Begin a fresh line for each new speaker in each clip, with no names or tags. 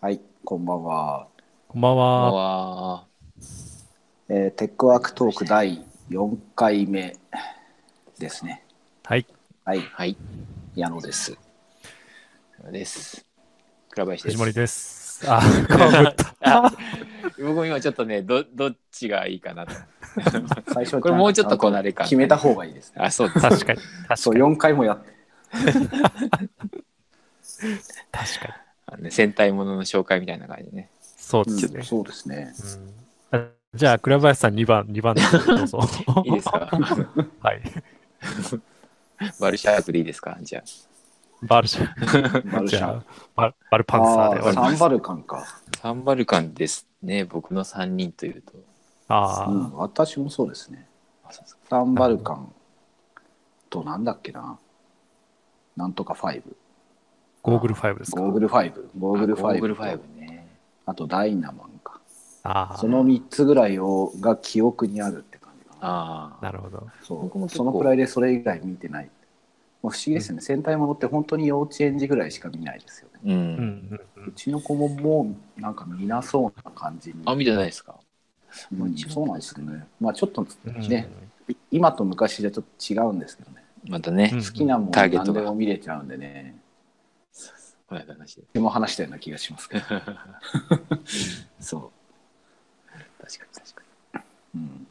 はい、こんばんは。
こんばんは。
わ
えーテックワークトーク第4回目ですね。
はい。
はい、
はい、
矢野です。
です。倉林です。
藤森です。あ、か ぶった。
あ僕も今ちょっとね、どどっちがいいかなと。
最初
これもうちょっとこうなれか
決めた方がいいですね。
あ、そうです。
確かに。確
そ
か
う、
に。
4回もやって。
確かに。
あのね戦隊ものの紹介みたいな感 じね。
そう
う
で
ん
すね。
そうですね。
うんあじゃあ、倉林さん2番、2番でど うぞ。
いいですか
はい。
バルシャークでいいですかじゃ
バルシャ、
バルシ
じ
ャ
ゃあ、バルバルパンサーで
あ
終わ
ー
り
サ
ま
ン
す。
バルカンか。
あ。サンバルカンですね、僕の3人というと。
あ
う
ー
ん、私もそうですね。
あそうですか
サンバルカンとなんだっけな。なんとか5。
ゴーグル5ですか
ゴー。グル5。ゴーグル
あゴーグル
5。
ファイブね。
あとダイナマンか。
あ
その3つぐらいをが記憶にあるって感じかな。
あ
あ、
あ。
なるほど。
そう
僕も結
そ
構
のくらいでそれ以外見てない。まあ、不思議ですよね。戦隊ものって本当に幼稚園児ぐらいしか見ないですよね。
う。
うんんうんう。
うんちの子ももうなんか見なそうな感じに。
あ、見てないですか
うん
うん
そうなんですよね。まあちょっと
うん
ね、い今と昔じゃちょっと違うんですけどね。
またね
うん、
好きなもの
ターゲッ
何
ト
で
が
も見れちゃうんでね。
この間の話で。
でも話したような気がしますけど。
確か
そ
に確か
う。うん。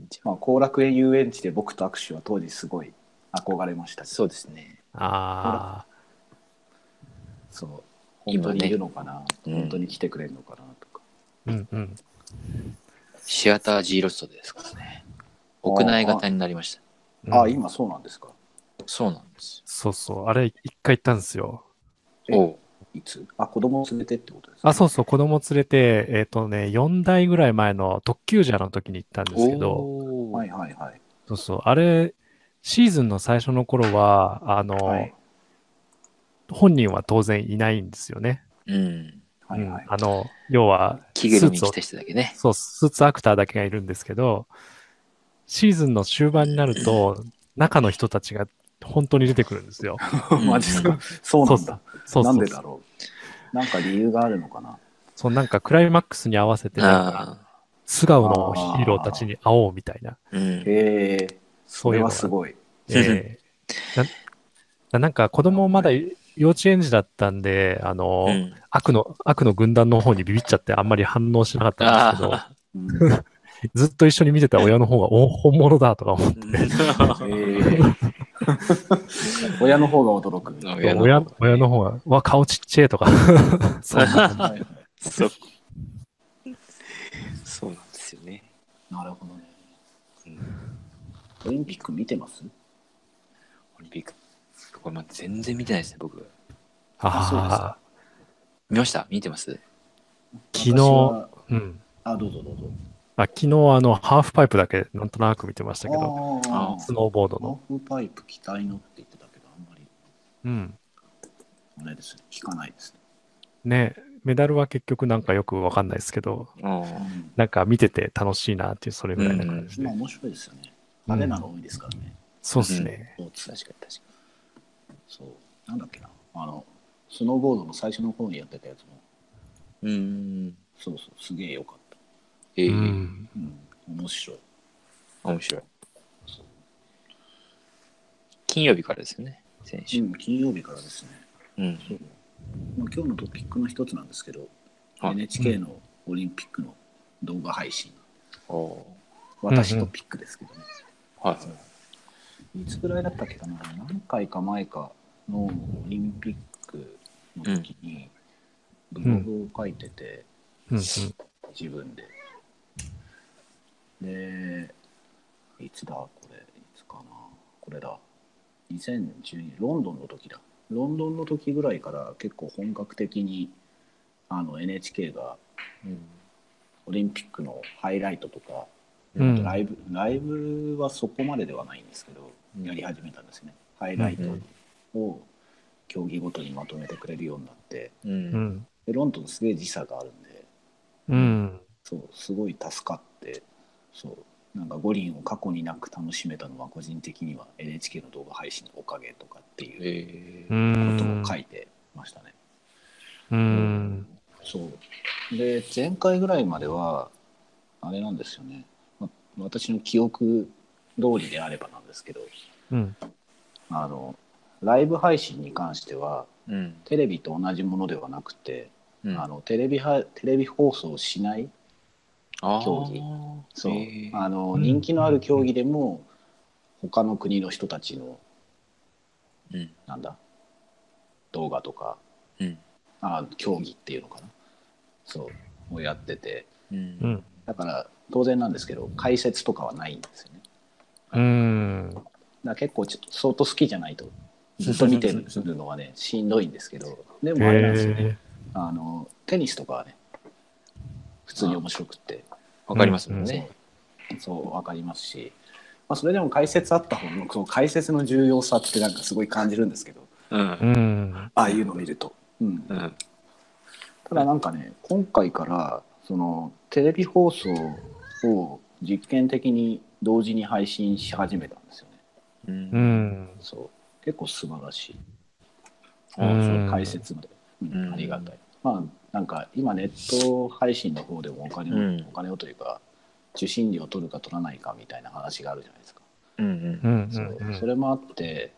に。じゃ
まあ後楽園遊園地で僕と握手は当時すごい憧れました
あ
けど。
そうですね。
あ
そう。本
今ね
当にいるのかな、
うん
本当に来てくれるのかなとか。
あ、うんうん。
シアター G ロストですからね。屋内型になりました。
うん
ああ、今そうなんですか。
そうなんです。
そうそう。あれ、一回行ったんですよ。
え
おう
いつあ、子供を連れてってことです
あ、そうそう。子供連れて、えっとね、4代ぐらい前の特急ジャーの時に行ったんですけど、
おー
はいはいはい。
そうそう。あれ、シーズンの最初の頃は、あの、
はい
本人は当然いないんですよね。
うん。
はいはい。
うんあの、要は、
着ぐるみ
スーツ
着
を
た人だけね。
そう、スーツアクターだけがいるんですけど、シーズンの終盤になると、中の人たちが本当に出てくるんですよ。
ん
マジですか。 そうなんだ。
そうそう
な
そ
ん
う
でだろう。なんか理由があるのかな。
そう、なんかクライマックスに合わせて、
あ
素顔のヒーローたちに会おうみたいな。
あ。うん。
へえ、そ
そうい
れ
うの
は
が
すごい。
ええななんか子供まだ幼稚園児だったんで、あの、
うん
悪の、悪の軍団の方にビビっちゃってあんまり反応しなかったんですけど、
あ
うん、
ずっと一緒に見てた親の方が、お、本物だとか思って、
へ
ー。
え。 親の方が驚く。
親の
親親の方が、わ、顔ちっちゃいとか、そんな感
はい
そう。そうなんですよね。
なるほどね。
うん
オリンピック見てます
オリンピック。これまだ全然見てないですね、
そ
僕。
うです
あ
か
見ました見てます
私
昨日
は
あ、うん。
あ、どうぞどうぞ。
あ昨日、あの、ハーフパイプだけ、なんとなく見てましたけど、
あ
スノーボード
ーハー
の。
フパイプ期待のって言ってたけど、あんまり
うん。
あれですね。聞かないですね。
ね、メダルは結局なんかよくわかんないですけど、
うん。
なんか見てて楽しいなっていう、それぐらいな感じで。
まあ面白いですよね。派手なの多いですからね。
そうですね。
スポーツ
確かに確か
そう。なんだっけな。あの、スノーボードの最初の方にやってたやつも、
に。うん。
そうそう、すげえ良かった。
ええ
う
ー。
ん。
うん、面白い。
面白い。金曜日からですよね、先
う
週。
ん、金曜日からですね。
うん。
そうまあ、今日のトピックの一つなんですけど、
はい
NHK のオリンピックの動画配信、
お
私トピックですけどね、
ーはい。
いつぐらいだったっけかな、何回か前かのオリンピックの時に、ブログを書いてて、
うんうん。
自分で。で、いつだこれ、いつかなこれだ。2012、ロンドンの時だ。ロンドンの時ぐらいから結構本格的にあの NHK が
うん
オリンピックのハイライトとか、
うん
ライブ、ライブはそこまでではないんですけど、
うん
やり始めたんですね。ハイライト
うん
を競技ごとにまとめてくれるようになって、
う。
うんん。
でロンドンすげえ時差があるんで、
うん。
そうすごい助かってそうなんか五輪を過去になく楽しめたのは個人的には NHK の動画配信のおかげとかっていう
え
う
ー
ことを
ん
書いてましたね。
うん。
そうで前回ぐらいまではあれなんですよね、ま、私の記憶通りであればなんですけど
うん。
あのライブ配信に関しては
うん。
テレビと同じものではなくて、
うん
あのテレビはテレビ放送しない
あー
競技そう、
へー
あの
うん
人気のある競技でも他の国の人たちの
うん。
なんだ動画とか
うん。
あ競技っていうのかなそうをやってて
うん
う。ん。
だから当然なんですけど解説とかはないんですよね
うん。
だから結構ちょ相当好きじゃないとずっと見てるのは ねしんどいんですけどでもあれなんですよね
へ
あのテニスとかはね普通に面白くって
わかりますもん
そう
ね。
そう分かりますし、まあ、それでも解説あった方のそう解説の重要さってなんかすごい感じるんですけど
う。
ーうんん。
ああいうの見ると、うん、
うん。
ただなんかね今回からそのテレビ放送を実験的に同時に配信し始めたんですよね
う。
うんん。
そう結構素晴らしい
あーそう
うん
解説まで、うん
うん
ありがたいまあなんか今ネット配信の方でもお金を、
うん
お金をというか受信料を取るか取らないかみたいな話があるじゃないですか、
うんうん
う。ん。う
そうそ
ん。
れもあって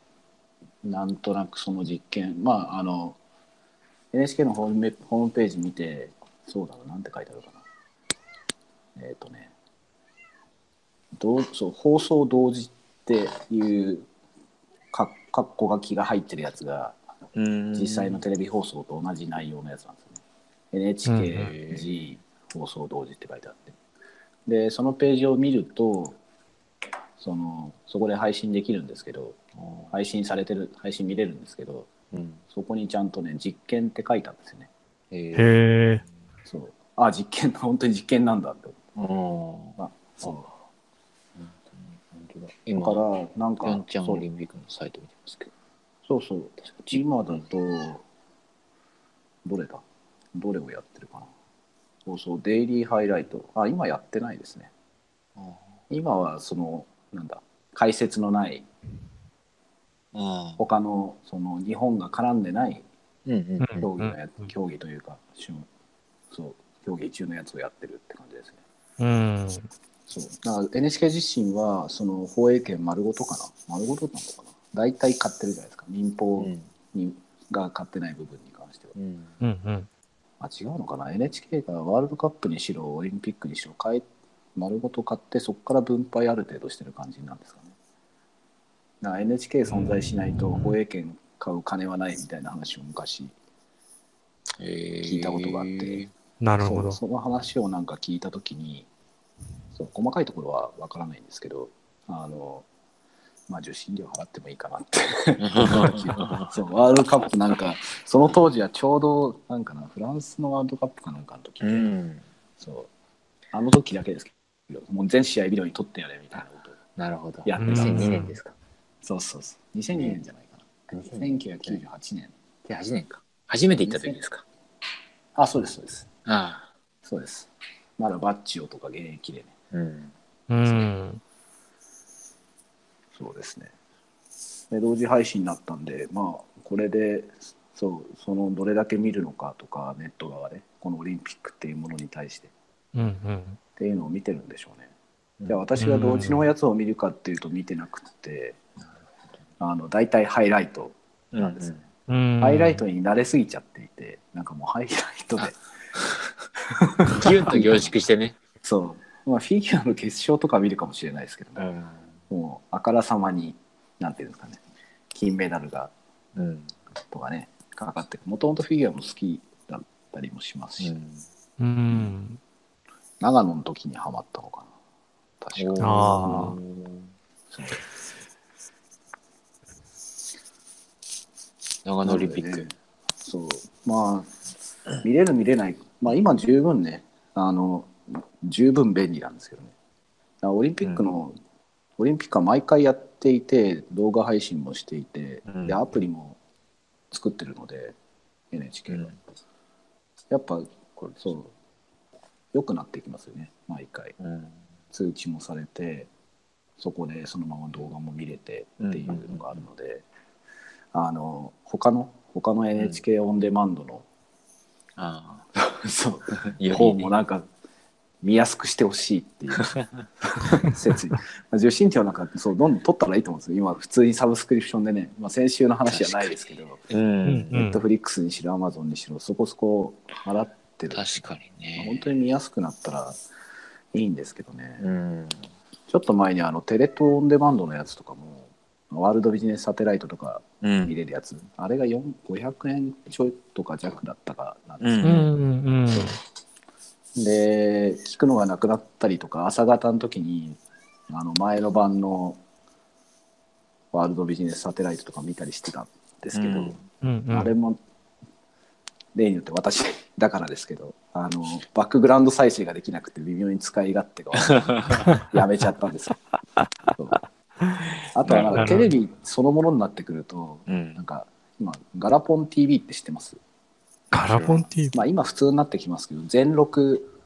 なんとなくその実験まああの NHK のホームペホームページ見てそうだななんて書いてあるかなえっ、とねどうそう放送同時っていうか括弧書きが入ってるやつが
うん
実際のテレビ放送と同じ内容のやつなんですよね。NHKG 放送同時って書いてあって。で、そのページを見ると、そのそこで配信できるんですけど、配信されてる、配信見れるんですけど、
うん
そこにちゃんとね、実験って書いたんですよね。
へえ。
へえ。
そう。あ、実験、本当に実験なんだって思
あー本
った。そ
当
う。だ
だ
か
今、
ら、なんか
ヤン、チャン
そ
オ
う
リンピックのサイト見てますけど。
そうそう。今だと、どれだどれをやってるかなそうそう、デイリーハイライト。あ、今やってないですね。
あ
今はその、なんだ、解説のない、
あー。
他の、その、日本が絡んでない
うんうん。
うん
競技のやつ、
うん
競技というか、種目そう、競技中のやつをやってるって感じですね。
うん。
そう。だから NHK 自身は、その、放映権丸ごとかな丸ごとなのかな大体買ってるじゃないですか。民放
うん
に、が買ってない部分に関しては。
うん。
うん。うん。
あ違うのかな NHK がワールドカップにしろオリンピックにしろ買い丸ごと買ってそこから分配ある程度してる感じなんですかねだから NHK 存在しないと放映権買う金はないみたいな話を昔
聞
いたことがあって。
なるほど。
そうその話をなんか聞いた時にそう細かいところはわからないんですけどあのまあ受信料払ってもいいかなってそうワールドカップなんかその当時はちょうどなんかなフランスのワールドカップかなんかの時で、
うん。
そう。あの時だけですけど、もう全試合ビデオに撮ってやれみたいなことを
なるほど。
やって
た
2002年ですか。
そうそうそう。2002年じゃないかな。1998年。
2008年か。初めて行った時ですか。
あ、そうです、そうです。
あ
そうです。まだバッチオとか現役でね。
あ。うん。
うん。
そうですね。で同時配信になったんで、まあ、これで、そう、そのどれだけ見るのかとか、ネット側で、このオリンピックっていうものに対してっ
うん。うん。
ていうのを見てるんでしょうね。
うん
じゃあ私が同時のやつを見るかっていうと見てなくって、あの、大体ハイライト。
なん
ですね
うん。
ハイライトに慣れすぎちゃっていて、なんかもうハイライトで
あ、ギュッと凝縮してね。
そう、まあ、フィギュアの決勝とか見るかもしれないですけどね、
ん。
もうあからさまに、なんていうんですかね、金メダルが
うん。
とかね、かかって、もともとフィギュアも好きだったりもしますし、
うん。
長野の時にはまったのかな、確かに。
あ
そう
長野オリンピッ
なので
ク
ね。そうまあ見れる見れないまあ今十分ねあの十分便利なんですけどねだからオリンピックの、オリンピックは毎回やっていて動画配信もしていて、
うん
でアプリも作ってるので NHK が、
うん
やっぱこれそう良くなっていきますよね毎回
うん。
通知もされてそこでそのまま動画も見れてっていうのがあるので、あの他の他の NHK オンデマンドの
あ
そう
あ。よ
方
り
も
ね、
なんか見やすくしてほしいっていう説に受信料なんかそうどんどん取ったらいいと思うんですよ今普通にサブスクリプションでね、まあ、先週の話じゃないですけど
う
うん
ん。
ネットフリックスにしろアマゾンにしろそこそこ払ってる、
確かにね。
本当に見やすくなったらいいんですけどね、
うん。
ちょっと前にあのテレ東オンデマンドのやつとかもワールドビジネスサテライトとか
う
見
ん。
れるやつ、あれが4 500円ちょいとか弱だったかなんですけど
う。
うんんうん。
で聞くのがなくなったりとか朝方の時にあの前の晩のワールドビジネスサテライトとか見たりしてたんですけど、
うん
うんうん。
あれも例によって私 だからですけどあのバックグラウンド再生ができなくて微妙に使い勝手が やめちゃったんですよ。そうあとはなんかテレビそのものになってくると
う
なん
ん。
か今ガラポン TV って知ってます
カラボン TV。
まあ今普通になってきますけど全録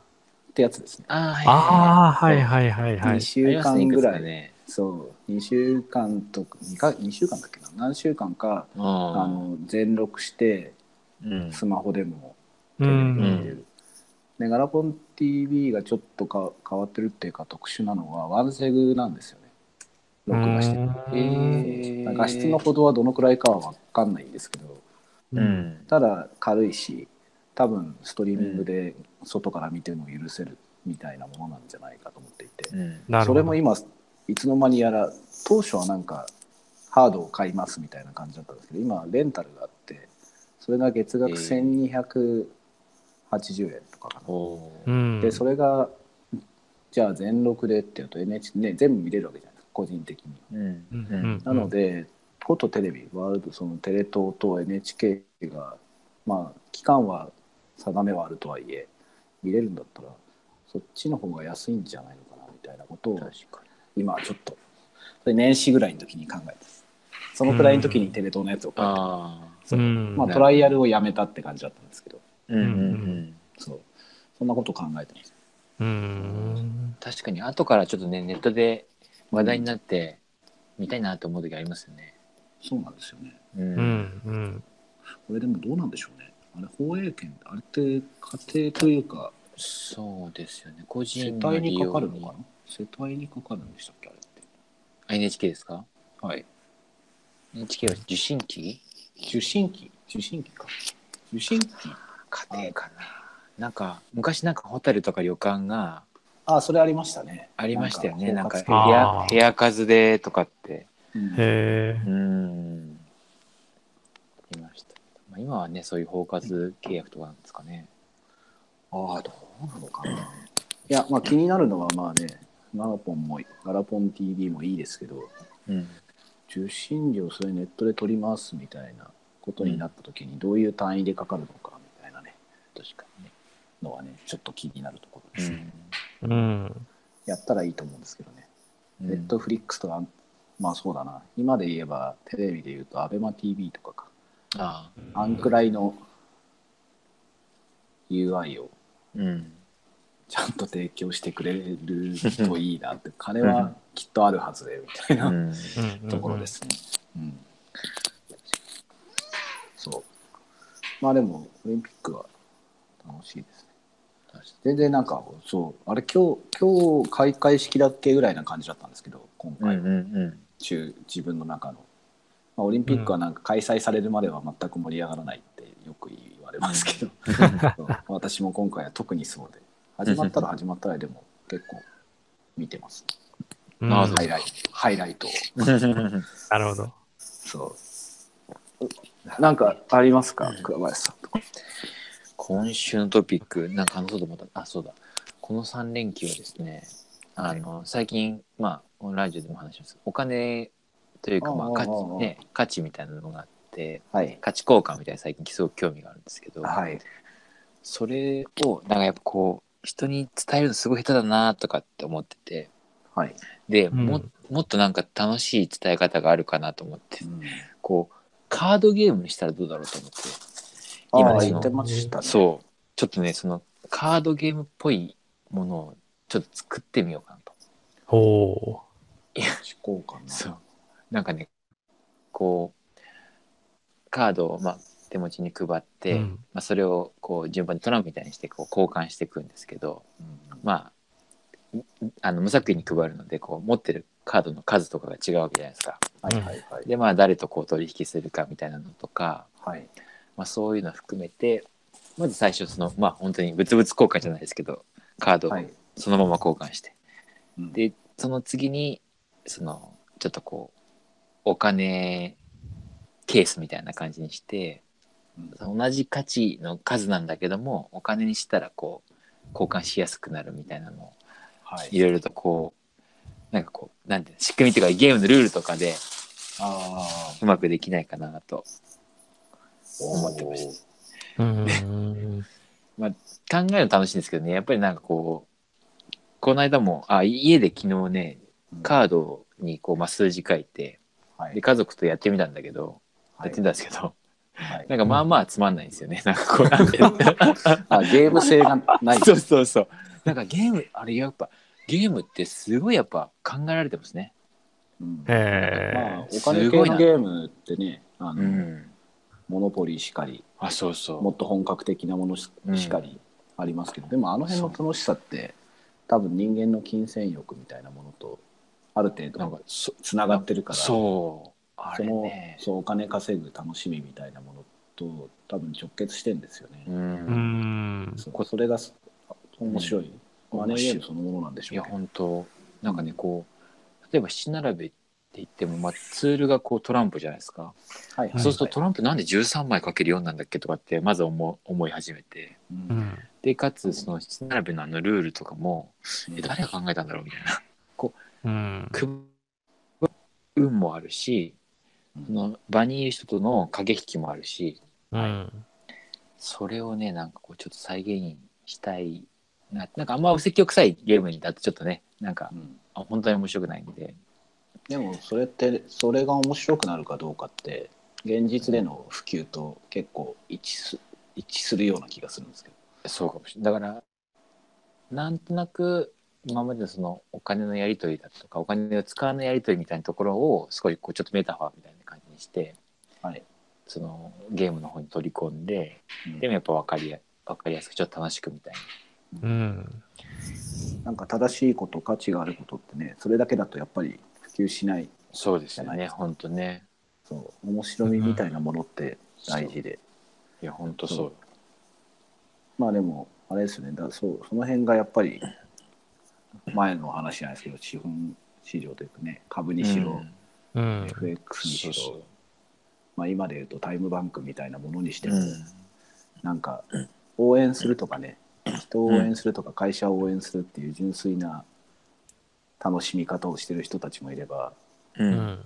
ってやつですね。
ああ、はい。
ああ、はいはいはいは
2
い。
週間ぐらい、
ね。
そう2週間とか 2, か2週間だっけな何週間か、
あ
あ
の、
の全録して
うん。
スマホでも
う
テレビで見れ
ん。
る、でガラポン TV がちょっとか変わってるっていうか特殊なのはワンセグなんですよね録画してる
う
ーん
そう画質のほどはどのくらいかは分かんないんですけど
う。ん。
ただ軽いし多分ストリーミングで外から見ても許せるみたいなものなんじゃないかと思っていて、
うん。
なる
そ
ほ
れも
ど。
今いつの間にやら当初はなんかハードを買いますみたいな感じだったんですけど今レンタルがあってそれが月額
え
1280円とかかな、
お
う
ー
ん。
でそれがじゃあ全録でっていうと NHK、ね、全部見れるわけじゃないですか個人的に
うん。うん
うんうん。
なので、ことテレビワールドそのテレ東と NHK がまあ期間は定めはあるとはいえ見れるんだったらそっちの方が安いんじゃないのかなみたいなことを今はちょっとそれ年始ぐらいの時に考えてますそのくらいの時にテレ東のやつを買って、
ああ。
そう
うん
まあ、トライアルをやめたって感じだったんですけど
うんうんう。
うん
そうそんなこと考えてます
うん。
確かに、後からちょっとね、ネットで話題になって、見たいなと思う時ありますよね。
そうなんですよね
う
うん。う。ん。
これでもどうなんでしょうねあれ放映権あれって家庭というか
そうですよね。個
世
人
帯にかかるの
利
か
用
な世帯にかかるんでしたっけあれって
あ NHK ですか
はい
?NHK は受信機
受信機受信機か受信機
家庭かな。なんか、昔なんかホテルとか旅館が
あそれありましたね
ありましたよね。なんか、
包
部
括
あ
的
ー
屋、部屋数でとかって。
うん
へえ。
うん。いました。まあ、今はね、そういう包括契約とかなんですかね。
ああ、どうなのかな。いや、まあ気になるのはまあね、ガラポンも、ガラポン TV もいいですけど、
うん。
受信料それネットで取りますみたいなことになった時にどういう単位でかかるのかみたいなね、
確か
のはね、ちょっと気になるところで
に
すね。
ね。
うん。
やったらいいと思うんですけどね。
うん。
ネットフリックスとか、まあそうだな、今で言えばテレビで言うとアベマ t v とかか、
ああ。
あんくらいの UI を
うん。
ちゃんと提供してくれるといいなって、金はきっとあるはずで、みたいな。
うん
うん
ところで。すね。うん。そう。まあでも、オリンピックは楽しいですね。
確か
全然なんか、そう、あれ今日、今日開会式だっけぐらいな感じだったんですけど、今
に
回、
うんうん
中、自分の中の。まあ、オリンピックはなんか開催されるまでは全く盛り上がらないってよく言われますけど、そう 私も今回は特にそうで、始まったら始まったらでも結構見てます。
うん
あー
ハイライト、ハイライトを。
うん。
なるほど。
そう。なんかありますか、倉林さんとか。
今週のトピック、なんか話そうと思った。あ、そうだ。この3連休はですね、あの、最近、まあ、ラジオでも話します。お金というか、まあ、
ああ
価値
ああ、
ね、価値みたいなのがあって、
はい。
価値交換みたいな最近すごく興味があるんですけど、
はい。
それを、なんかやっぱこう、人に伝えるのすごい下手だなとかって思ってて、
はい。
で、
うん
ももっとなんか楽しい伝え方があるかなと思って、こう、カードゲームにしたらどうだろうと思って、今
今
その
言ってましたね。
そう。ちょっとね、そのカードゲームっぽいものをちょっと作ってみようかなと。
おお
思考かな。
う。なんかね、こう、カードを、まあ、手持ちに配って、
うん
まあ、それをこう順番にトランプみたいにしてこう交換していくんですけど、まあ、んあの無作為に配るのでこう持ってるカードの数とかが違うわけじゃないですか。
はいはいはい。
でまあ誰とこう取引するかみたいなのとか、
はい。
まあ、そういうの含めてまず最初そのまあ本当に物々交換じゃないですけどカードを
はい。
そのまま交換して、
うん
でその次にそのちょっとこうお金ケースみたいな感じにして
うん
同じ価値の数なんだけどもお金にしたらこう交換しやすくなるみたいなのを
はい
い。ろいろとこうなんかこうなんていうの仕組みというかゲームのルールとかで
ああ。
うまくできないかなと
思
思
っ
ってて
ま
ま
し
したた。
うん。
考えるの楽しいんですけどねやっぱりなんかこうこの間もあ家で昨日ねカードにこう、まあ、数字書いて
はい
で家族とやってみたんだけど、
はい
やってみたんですけど
はい
なんかまあまあつまんないんですよね、なんかこうなんていうの
あゲーム性がない。
そうそうそうなんかゲームあれやっぱゲームってすごいやっぱ考えられてますね
うんま
え
あ、お金系のゲームってね、あの、
ん
モノポリーしかり、
あそうそう
もっと本格的なものし,、
うん
かりありますけど、でもあの辺の楽しさって、多分人間の金銭欲みたいなものと、ある程
なんか
度
そ
つながってるから、
そうあ
そ
れ
の
ね
そうお金稼ぐ楽しみみたいなものと、多分直結してんですよね。
うん、
ー。うん。
そこそれがす面白い、
うん
マネーゲームそのものなんでし
い
ょ
や
うけど。
本当なんかねこう例えば七並べって言っても、まあ、ツールがこうトランプじゃないですか、
はいはい
そうするとトランプなんで13枚かける4なんだっけとかってまず思う思い始めて
うん
うん。
でかつその七並べのあのルールとかもえ誰が考えたんだろうみたいな
うん。
く運もあるしその場にいる人との駆け引きもあるし
うん。
それをねなんかこうちょっと再現したいななんかあんまお説教臭いゲームだとちょっとねなんか
うん
あ本当に面白くないんで
でもそれってそれが面白くなるかどうかって現実での普及と結構一致す一致するような気がするんですけど。
そうかもしれない。だから、なんとなく、今までのそのお金のやり取りだとか、お金を使わないやり取りみたいなところを、少しこう、ちょっとメタファーみたいな感じにして、
はい
そのゲームの方に取り込んで、
うん
でもやっぱ分かりや分かりやすく、ちょっと楽しくみたい
うん。
なんか正しいこと価値があることってねそれだけだとやっぱり普及しない
な。そうです
よね
よね、ほんとね。
そう面白みみたいなものって大事で、
いや、ほんと
そ
そうう。
まあでもあれですよねだそうその辺がやっぱり前の話じゃないですけど資本市場というかね株にしろ、
うん
FX にし
そ
ろ
うそう
まあ、今でいうとタイムバンクみたいなものにして
う
も、
ん
なんか応援するとかね人を応援するとか会社を応援するっていう純粋な楽しみ方をしてる人たちもいれば
う
うんん。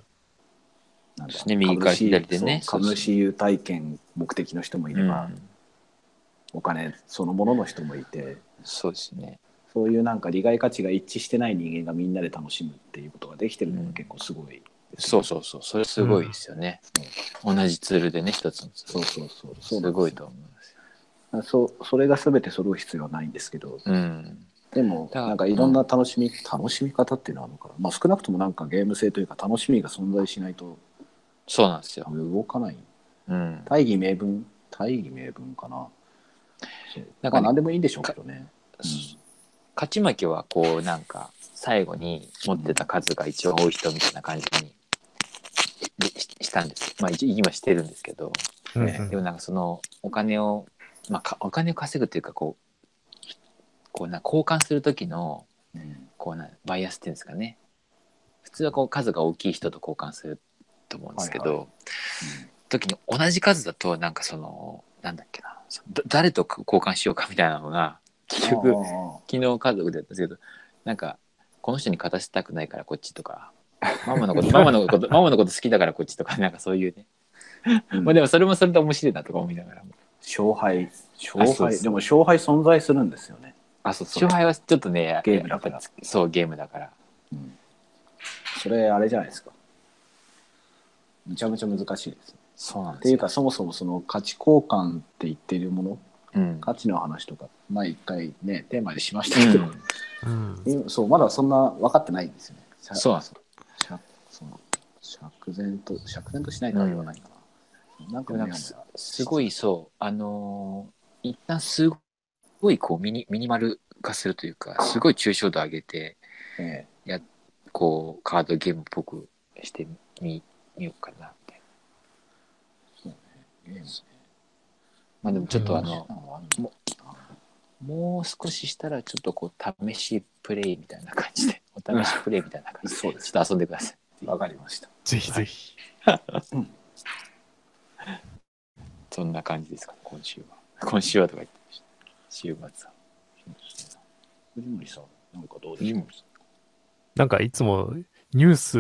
なんだ
そうですね右から左でね
そう
そうそう
株主優待券目的の人もいれば、お金そのものの人もいて
そうですね。
そういうなんか利害価値が一致してない人間がみんなで楽しむっていうことができてるのが結構すごいですね、
そうそうそう、それすごいですよね。同じツールでね、一つのツ
そ
ール。
うそうそうそう
すごいと思いますよ。
そうそれが全て揃う必要はないんですけど
うん。
でも
だから
なんかいろんな楽しみ、楽しみ方っていうのはあるのかな、まあ、少なくともなんかゲーム性というか楽しみが存在しないと
そうなんですよ。
動かない
うん。
大義名分大義名分かなそう
なん
ま
かね
あ何でもいいんでしょうけどね
勝ち負けはこうなんか最後に持ってた数が一番多い人みたいな感じにしししたんです。まあ一今してるんですけど、
うん
でもなんかそのお金を、まあか、お金を稼ぐというかこうこうな交換する時の
うん
こうなバイアスっていうんですかね普通はこう数が大きい人と交換すると思うんですけど、
はいは
時に同じ数だとなんかそのなんだっけなそのだ誰と交換しようかみたいなのが結局
ああ
昨日家族でやったんですけどなんかこの人に勝たせたくないからこっちと かママのことママのことママのこと好きだからこっちとかなんかそういうね、
うん
まあでもそれもそれで面白いなとか思いながらも
勝敗勝
あそう
敗
そう
でも勝敗存在するんですよね
あそう
そう
勝敗はちょっとね
ゲームだから
やっぱつそうゲームだから
それあれじゃないですかむちゃむちゃ難しいです
そうなん
っ
で
て
す
い
よ
うかそもそもその価値交換って言っているもの
うん
価値の話とか前一回ねテーマにしましたけど、
うん
うん。
今そうまだそんな分かってないんですよね。しゃ
そうなんですよ
しゃその釈然と釈然としないとは言わないかな。なん
で
か
も
ね
なんかすすごいそう、あのー一旦すごいこうミニミニマル化するというか、すごい抽象度上げて、
ええ
こうカードゲームっぽくしてみみようかなみたいな。
ゲームね
まあでもちょっとあの、
そんなのある
ももう少ししたらちょっとこう試しプレイみたいな感じ で、お試しプレイみたいな感じで、
そうで
ちょっと遊んでください。
わかりました。
ぜひぜひ。
そんな感じですかね、今週は。今週はとか言ってました。週末は。
藤森さん、なんかどうで
い
し
い
ょう
もん
なんかいつもニュース、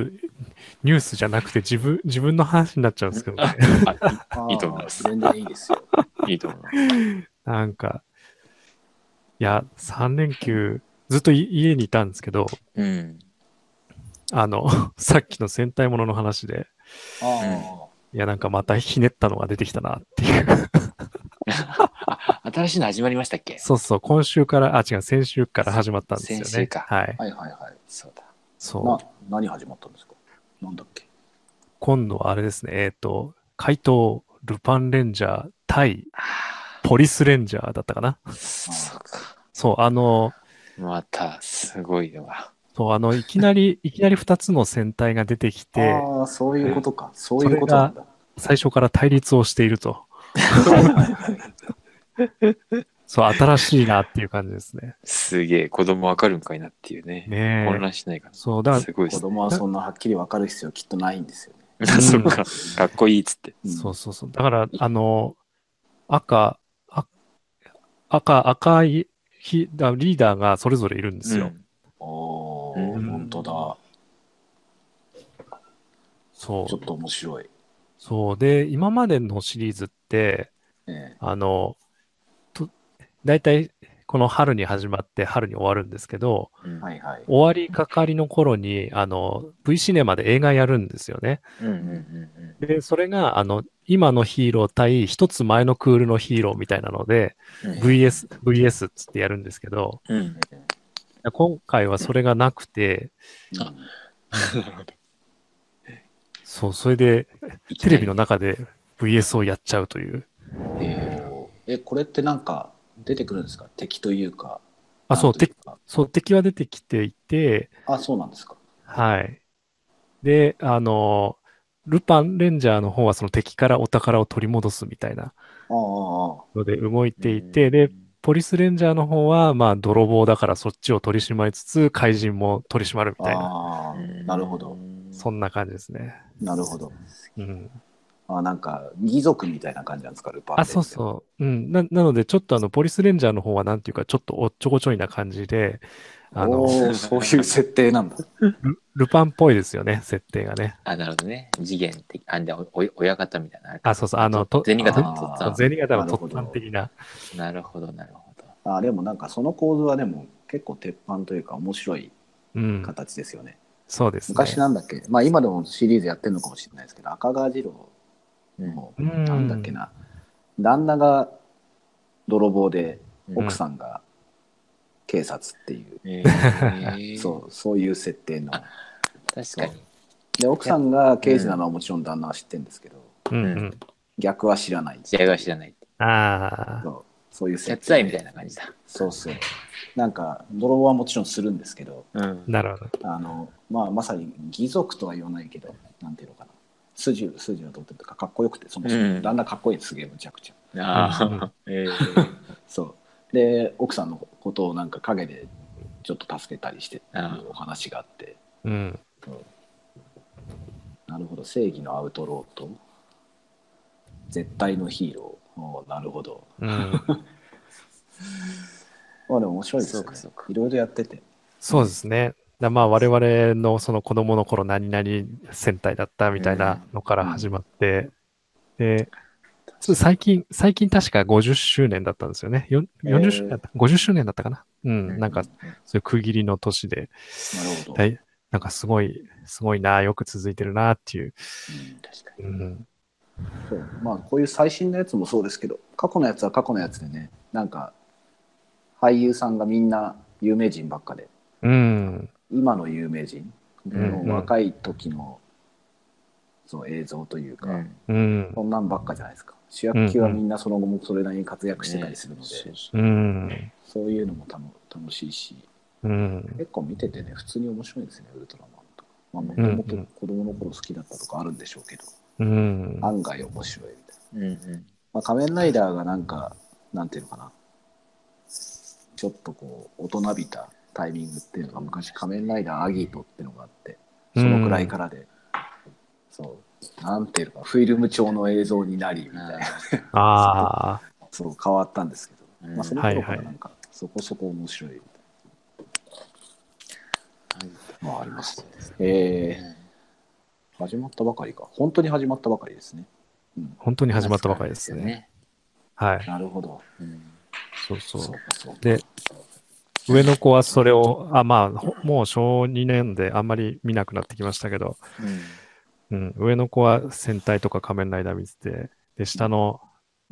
ニュースじゃなくて自分、自分の話になっちゃうんですけどね。
あ
あー
いいと思います
全然いいですよ。
いいいと思います。
なんか、いや、3連休、ずっとい家にいたんですけど、
うん。
あの、 さっきの戦隊ものの話で、
ああ、
いや、なんかまたひねったのが出てきたなっていう。
あ、新しいの始まりましたっ け
そうそう、今週から、あ、違う、先週から始まったんですよね。
先週か
はい。
はいはいはい。
そうだ。
そ
な
う。
何始まったんですかなんだっけ
今度はあれですね、えっ、と、怪盗、ルパンレンジャー、対、
あ
ポリスレンジャーだったかな。
あ、そうか。
そう、あの、
また、すごいのが。
そう、あの、いきなり、 いきなり2つの戦隊が出てきて、
ああ、そういうことか。そういうことなんだ。
最初から対立をしている と。
はいはい
そう、新しいなっていう感じですね。
すげえ、子供わかるんかいなっていうね。
ね
混
え。
乱しないか
そう、だ
な。
か
すごいで
子
すね。
供はそんなはっきり分かる必要きっとないんですよね。
そっか。かっこいいっつって。
ら、そうそうそう。だから、あの、赤、あ赤、赤いひだリーダーがそれぞれいるんですよ。
うん
うん。おお、
うん
本当だ。
そ
ちょっ
う。
と面白い。
そう。で、今までのシリーズって、
ええ
あの、と大体、この春に始まって春に終わるんですけど、
うん
はいはい。
終わりかかりの頃に、あの、V シネマで映画やるんですよね。
うんうんうん
で、それが、あの、今のヒーロー対一つ前のクールのヒーローみたいなので、
うん。
VS、VS っつってやるんですけど、
うん。
え
今回はそれがなく
え
て、
あ
そう、それで、テレビの中で VS をやっちゃうという。
うんえええこれってなんか出てくるんですか敵というか。
あ、そう、
なんとい
敵、
か
そう、敵は出てきていて、
あ、そうなんですか。
はい。で、あの、ルパンレンジャーの方はその敵からお宝を取り戻すみたいな
ああああ、
ので動いていて、で、、ポリスレンジャーの方は、まあ、泥棒だからそっちを取り締まりつつ、怪人も取り締まるみたいな。
ああなるほど。。
そんな感じですね。
なるほど。
うん、
あなんか、義族みたいな感じなんですか、ルパン。
あ、そうそう。うん、ななので、ちょっとあの、ポリスレンジャーの方は、なんていうか、ちょっとおっちょこちょいな感じで、あ
お
の、
ーそういう設定なんだ。
ルパンっぽいですよね、設定がね。
あ、なるほどね。次元的。あ、で、おお親方みたいな。
あ、そうそう、あの、と、
銭形
あ
の
ー
とっ
そう
つぁ
銭形の
なるほ
突
ど
端的な。
ん。なるほど、なるほど。
あでもなんかその構図はでも結構鉄板というか面白い
うん、
形ですよね。
そうですね。
昔なんだっけ、まあ今でもシリーズやってるのかもしれないですけど、赤川次郎 の、
うん
なんだっけな、旦那が泥棒で
うん
奥さんが警察っていう、
えう。
そうそういう設定の。
確かに。
で、奥さんが刑事なのはもちろん旦那は知ってるんですけど、
うん、う。
うん
逆は知らない
試合が知らない。
ああ、
そうそういう
キャ
設
ッツアイ
定
みた
で。
いな感じだ。
そうそう。なんか泥棒はもちろんするんですけど、
うん。
なるほど。
あのまあ、まさに義族とは言わないけど、なんていうのかな、筋筋を取ってるとか、かっこよくて、そもそ
うん
も、だんだんかっこいいです、げえ、むちゃくちゃ。
ああ、え
そうで、奥さんのことをなんか陰でちょっと助けたりしてってい
あ
うお話があって、
うん。
なるほど、正義のアウトローと、絶対のヒーロー、おーなるほど。
うん、
まあ、でも面白いですよ
そう
ね
かそうか。
いろいろやってて、
そうですね。だまあ、我々のその子供の頃、何々戦隊だったみたいなのから始まって、で、つ最近、最近確か50周年だったんですよね。よん40周年だった、50周年だったかな。うん、なんか、そういう区切りの年で、
なるほど。
だいなんかすごい、すごいな、よく続いてるなっていう。
うん
確か
うん、
そうまあこういう最新のやつもそうですけど過去のやつは過去のやつでねなんか俳優さんがみんな有名人ばっかで
うん、
今の有名人、
うん
もう若い時のその映像というか、
うん
うん。
そんなんばっかじゃないですか主役級はみんなその後もそれなりに活躍してたりするので、
そうそう
うん。
そういうのも楽楽しいし
うん。
結構見ててね普通に面白いですねウルトラマンとかまあも
うんうん
ともと子供の頃好きだったとかあるんでしょうけど、
うん。
案外面白いみたいな、
うんうん
まあ、仮面ライダーがなんかなんていうのかなちょっとこう大人びたタイミングっていうのが昔仮面ライダーアギートっていうのがあってそのくらいからで、そうなんていうのかフィルム調の映像になりみたいな、
ああ。
そう変わったんですけど、
うん
まあその頃からなんかそこそこ面白いみたいな、まあありますね。えー始まったばかりか。本当に始まったばかりですね。
本当に始まったばかりですね。。はい。
なるほど。
うん
そうそう。
そうかそうか。
で、上の子はそれを、あ、まあ、ほもう小2年であんまり見なくなってきましたけど、うん、上の子は戦隊とか仮面ライダー見てて、で、下の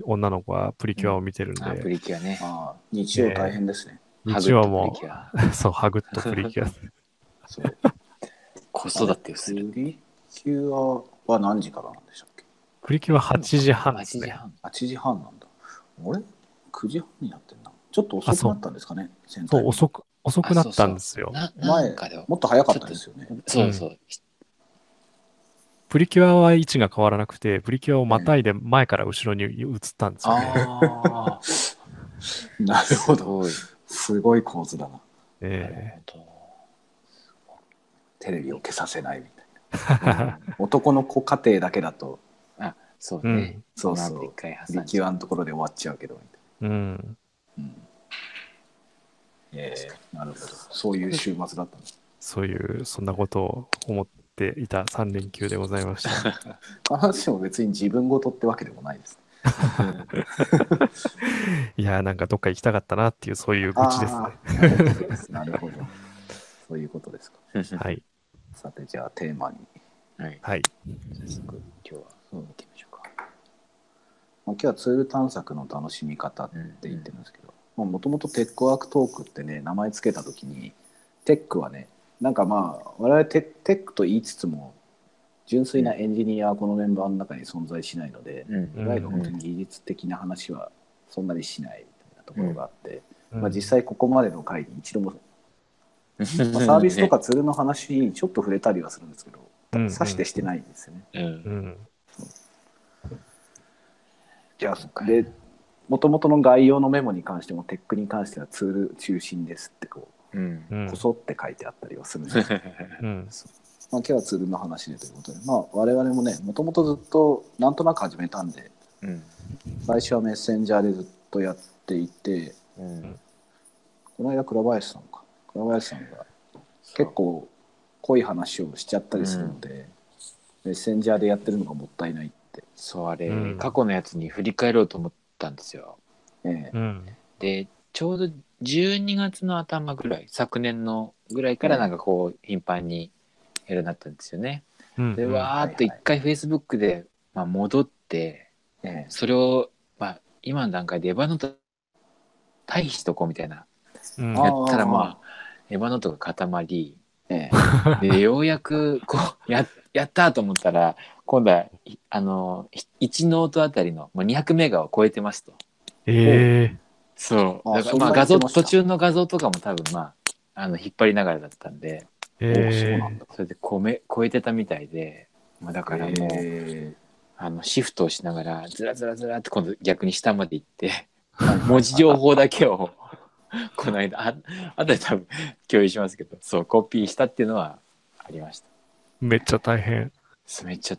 女の子はプリキュアを見てるん
あ、プ
で、
リキュアね。
ああ、日曜大変ですね。
日曜も
ハグとプリキュア
う、
そ
そう、ハグっとプリキュア。
う。
子育てをする。
る。プリキュアは何時からなんでしたっけ
プリキュア8時半で
8
す
時
ね。
半。
?8 時半なんだ。あれ ?9 時半になってんな。ちょっと遅くなったんですかね、先
そう、
も
遅く、遅くなったんですよ。
な
前
なんかでも、
っと早かったですよね。
そうそう。
プリキュアは位置が変わらなくて、プリキュアをまたいで前から後ろに移ったんですよね。
ああ、
なるほ
す
ど。
ごい。
すごい構図だな。
え
テレビを消させないみたいな。
あ
男の子家庭だけだと、
そう
え
ね。
そうそう、
一回
プリキュアのところで終わっちゃうけどみ
うん。う
たいな。
ん。
うん、ええなるほど。そういう週末だったん です。
そういう、そんなことを思っていた3連休でございました。
必ずしも別に自分事ってわけでもないです。
いやー、なんかどっか行きたかったなっていう、そういう愚痴ですね。
あーなる ほど。そういうことですか。
はい。
さて、じゃあテーマに。
はい。
はい。
早速、今日は、そう、行きましょうか。
まあ、今日はツール探索の楽しみ方って
うん
言ってるんですけどもともとテックワークトークってね名前つけた時にテックはねなんかまあ我々テテックと言いつつも純粋なエンジニアはこのメンバーの中に存在しないので、
うん
いわゆる本当に技術的な話はそんなにしないみたいなところがあって、
うん
まあ、実際ここまでの回に一度も、まあ、サービスとかツールの話にちょっと触れたりはするんですけど
うんう
指
ん
してしてないんですよね。
うん。
うん。
じゃあでもともとの概要のメモに関してもテックに関してはツール中心ですってこ
うん。
う
う、
ん
こ。そって書いてあったりはするんですけど
うん。
まあ今日はツールの話でということで、まあ、我々もねもともとずっとなんとなく始めたんで
うん。
最初はメッセンジャーでずっとやっていて
うん。
この間倉林さんか倉林さんが結構濃い話をしちゃったりするので、メッセンジャーでやってるのがもったいないって、
そうあれ、
うん
過去のやつに振り返ろうと思ったんですよ。
ええ
うん。
でちょうど12月の頭ぐらい昨年のぐらいからなんかこう頻繁にやるようになったんですよね。
うん。
でわーっと一回 Facebook で、まあ、戻って
ええ
それを、まあ、今の段階でエヴァノート対比しとこうみたいな
うん
あ
や
ー
ったらまあエヴァノートが固まり
ええ
でようやくこうややったと思ったら今度はいあの1ノートあたりの、まあ、200メガを超えてますと。
え
そう。
あ
だから
そんな
まあ
に
画像、
言ってました
途中の画像とかも多分まあ、あの、引っ張りながらだったんで、
え。
おそう
え
なんだ
それで超め超えてたみたいで、まあだからもう、
え
あの、シフトをしながら、ずらずらずらって今度逆に下まで行って、 文字情報だけを、この間、あ、あとで多分共有しますけど、そう、コピーしたっていうのはありました。
え。めっちゃ大変。
そうめっちゃ、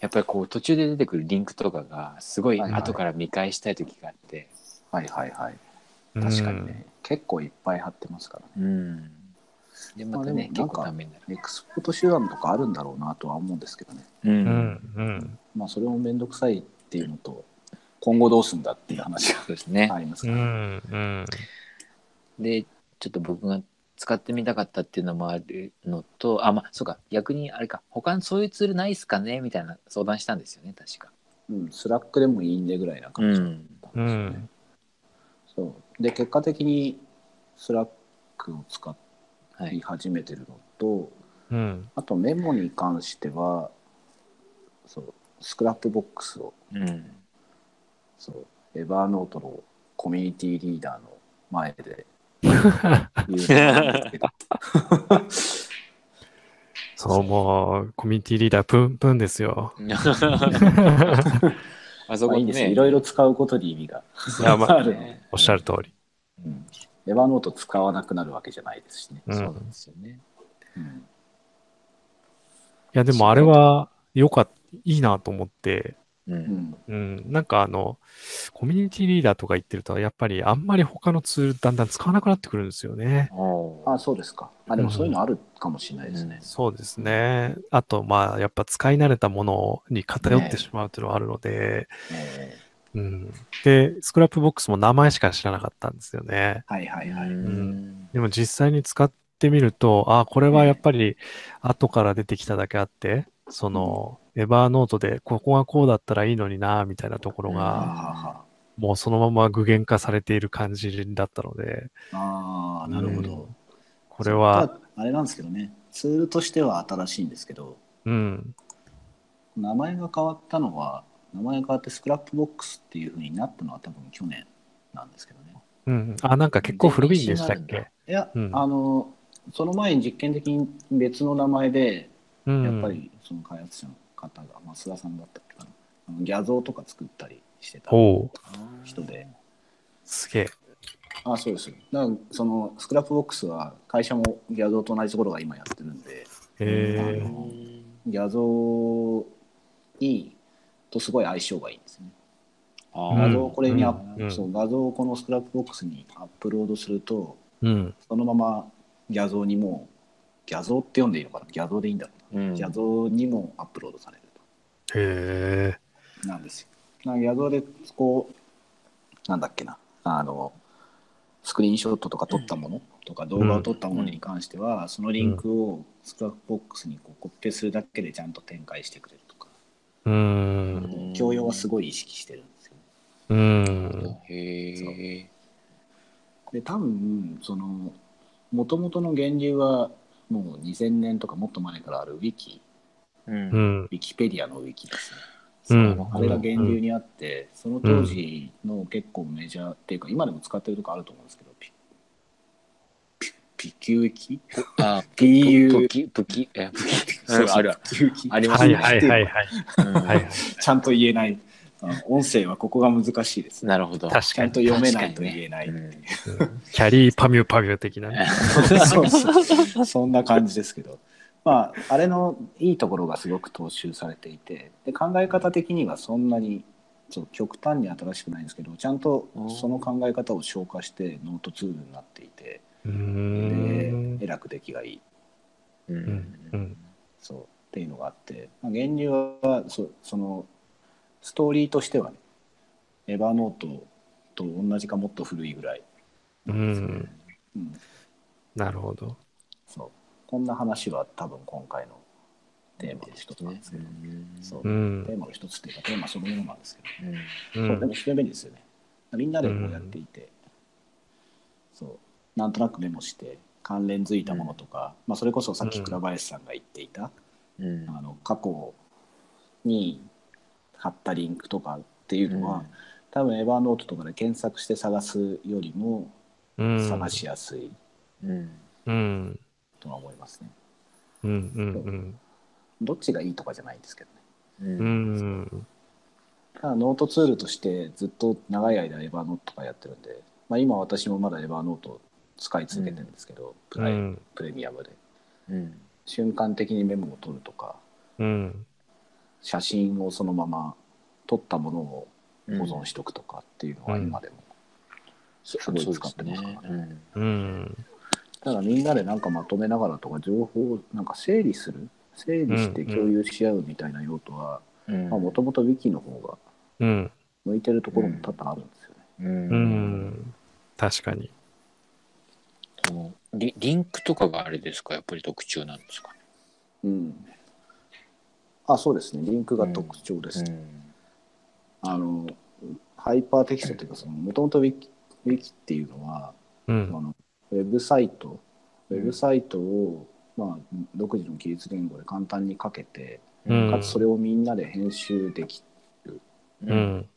やっぱりこう途中で出てくるリンクとかが、すごい
はいはい
後から見返したい時があって、
はいはいはい
うん
確かにね、。結構いっぱい貼ってますからね
うん。で、また
まあでもなん
ね
か、
結構ためになる。
エクスポート手段とかあるんだろうなとは思うんですけどね
う
うん。うん。
まあそれも面倒くさいっていうのと今後どうすんだっていう話
そうですね
があります
う
から、
ん。うん。
でちょっと僕が使ってみたかったっていうのもあるのとあまあそうか逆にあれか他にそういうツールないっすかねみたいな相談したんですよね確か。
うんスラックでもいいんでぐらいな感じだったんですよね、そうで結果的にスラックを使
はいい、
始めてるのと、
うん。
あとメモに関してはそうスクラップボックスを
うん。
そうエバーノートのコミュニティリーダーの前で言う
そう、もう、コミュニティリーダー、プンプンですよ。
あそ
ま
こ
あいい
に
んですよ
ね、
いろいろ使うことに意味が
いやまあ
あるので、
おっしゃる通り。
うんエバーノート使わなくなるわけじゃないですしね。
うん。
そう
い
なんですよね。
うん
や、でもあれは、よかっいいなと思って、
う。
うんん
うん、なんかあの、コミュニティリーダーとか言ってると、やっぱりあんまり他のツールだんだん使わなくなってくるんですよね。
おー
あそうですか。あでもそういうのあるかもしれないですね。
そうですね。あと、まあ、やっぱ使い慣れたものに偏って
ね
しまうというのはあるので、
え
うん。で、スクラップボックスも名前しか知らなかったんですよね。
ーはいはいは
う
い。
ん
でも実際に使ってみると、あこれはやっぱり後から出てきただけあって、その、エバーノートでここがこうだったらいいのにな、みたいなところ
あー
が、
は
もうそのまま具現化されている感じだったので、
はあーなるほど。
うんこれ
そ
は、
う。ただあれなんですけどね、ツールとしては新しいんですけど、
うん、
名前が変わったのは、名前が変わってスクラップボックスっていうふうになったのは多分去年なんですけどね。
うん。あ、なんか結構古いんでしたっ
全然違うん
け
だ
いや、
うん
あの、その前に実験的に別の名前で、
うん。
やっぱ。りその開発者の方が、まあ、須田さんだったっけかな、あのギャ像とか作ったりしてた
おう、
人で、
すげえ。
あそうですよ。だから、そのスクラップボックスは会社もギャ像と同じところが今やってるんで、
えー、
ギャ像にとすごい相性がいいんですね。
あ
うん
画
ー
像をこれにアップ、
うん
そう画像をこのスクラップボックスにアップロードすると、
うん。
そのままギャ像にも、ギャ像って読んでいいのかな、ギャ像でいいんだろう
うん
な、ギャ像にもアップロードされると。
へ
なんですよ。なんか画像でこうなんだっけなあのスクリーンショットとか撮ったものとか動画を撮ったものに関しては、そのリンクをスクラップボックスにこうコピペするだけでちゃんと展開してくれるとか、
え。うん。
うん
教養はすごい意識してるんですよ。
うん。
へえ。
で多分その元々の源流はもう2000年とかもっと前からあるウィキ
う。
うんん
ウ。ィキペディアのウィキですね。
うん
あれが源流にあって、その当時の結構メジャーっていうか、今でも使ってるとこあると思うんですけど、ピピピキュウキ
あ、
?PU
武器、武器、え、武器。
そう
うんあるある。
ピキュウキ
あります
はい
ね。
はいはいはい。
うん
はいはい。
ちゃんと言えない。あの音声はここが難しいです。
なるほ ど。
確
ちゃ
か
ん
に。
と読めないと言えない。
うん
キャリーパミュパミュ的なね。
そうそうそんな感じですけど。まあ、あれのいいところがすごく踏襲されていてで考え方的にはそんなにそう極端に新しくないんですけどちゃんとその考え方を消化してノートツールになっていて、
うー
で
ん
えらく出来がいい
うん
うん
そうっていうのがあってまあ源流はそそのストーリーとしてはねエヴァノートと同じかもっと古いぐらい、
うん。
うん、
なるほど。
そうこんな話は多分今回のテーマの一つなんですけど、そう
う
テ
ん。
ーマの一つっていうかテーマそのものなんですけど、
う
そうで
ん
も非常に便利ですよねみんなでこうやっていて、そうなんとなくメモして関連づいたものとか、まあ、それこそさっき倉林さんが言っていた、
うん
あの過去に貼ったリンクとかっていうのは、
うん
多分エヴァノートとかで検索して探すよりも
うん
探しやすい
うん
うん。
とは思いますね。
うん。うん。
どっちがいいとかじゃないんですけどね。
うん。うん。
ただノートツールとしてずっと長い間エヴァノートとかやってるんで、まあ、今私もまだエヴァノート使い続けてるんですけど、プライ
うん
プレミアムで
うん
瞬間的にメモを取るとか
うん。
写真をそのまま撮ったものを保存しておくとかっていうのは今でもす
そ
ご
う
い
です
使ってま
ね
すからね。
うん
うん。
ただみんなでなんかまとめながらとか情報をなんか整理する整理して共有し合うみたいな用途は
うん
もともと Wiki の方が
うん。
向いてるところも多々あるんですよね。
うん
うん。確かに。
このリリンクとかがあれですかやっぱり特徴なんですかね
うん、あそうですねリンクが特徴です、
うん
あのハイパーテキストというかそのもともと Wiki Wiki っていうのは
う
あ
ん。
のウェブサイトウ
うん
ェブサイトを、まあ、独自の技術言語で簡単に書けて
うん
かつそれをみんなで編集でき
う。ん。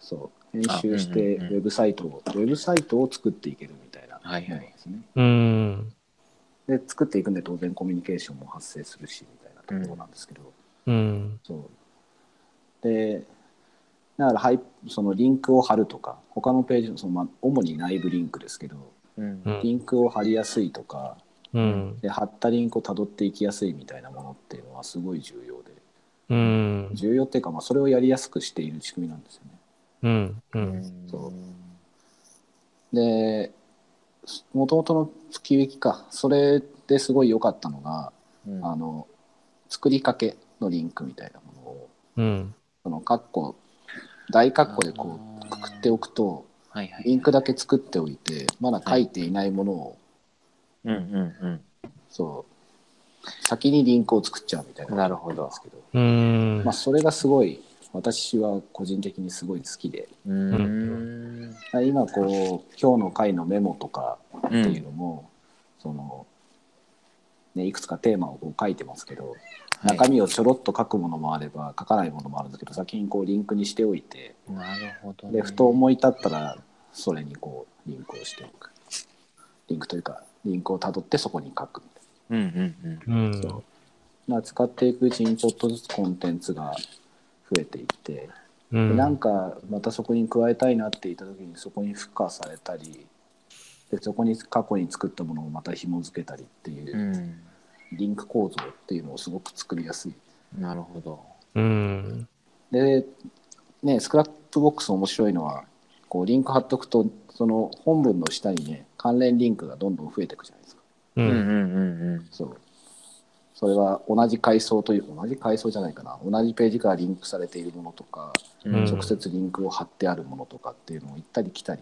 そう編集して
あうんうんうん
ウェブサイトを、ウェブサイトを作っていけるみたいなもの
はいはい
ですね、
うん。
で作っていくんで当然コミュニケーションも発生するしみたいなところなんですけど、
うん。
そうでだからはいそのリンクを貼るとか他のページのその、まあ、主に内部リンクですけど
うん
うん
リンクを貼りやすいとか
うん。
で貼ったリンクをたどっていきやすいみたいなものっていうのはすごい重要で
うん。
重要っていうか、まあ、それをやりやすくしている仕組みなんですよね。
うん。う。
うんん
そうでもともとの月きかそれですごい良かったのが、
うん
あの作りかけのリンクみたいなものを
うん。
その括弧大括弧でこうくくっておくと
はいはい
リンクだけ作っておいてまだ書いていないものを、
うんうん
そう先にリンクを作っちゃうみたいな
なるほど
んですけど、
うん
まあ、それがすごい私は個人的にすごい好きで
うん
う
今こう今日の回のメモとか
う
っていうんのも、そのね、いくつかテーマをこう書いてますけど、
はい
中身をちょろっと書くものもあれば書かないものもあるんですけど先にこうリンクにしておいて
なるほどね
でふと思い立ったらそれにこうリンクをしておくリンクというかリンクをたどってそこに書くみたい
うんうん
うん。
なまあ使っていくうちにちょっとずつコンテンツが増えていって、
う
で
ん。
なんかまたそこに加えたいなって言った時にそこに付加されたりでそこに過去に作ったものをまた紐付けたりっていう
う。ん
リンク構造っていうのをすごく作りやすい。
なるほど
うん。
で、ね、スクラップボックス面白いのは、こうリンク貼っとくと、その本文の下にね、関連リンクがどんどん増えていくじゃないですか。
う。
うんんうん
そう。それは同じ階層という、同じ階層じゃないかな、同じページからリンクされているものとか、
うん
うん
直接リンクを貼ってあるものとかっていうのを行ったり来たり、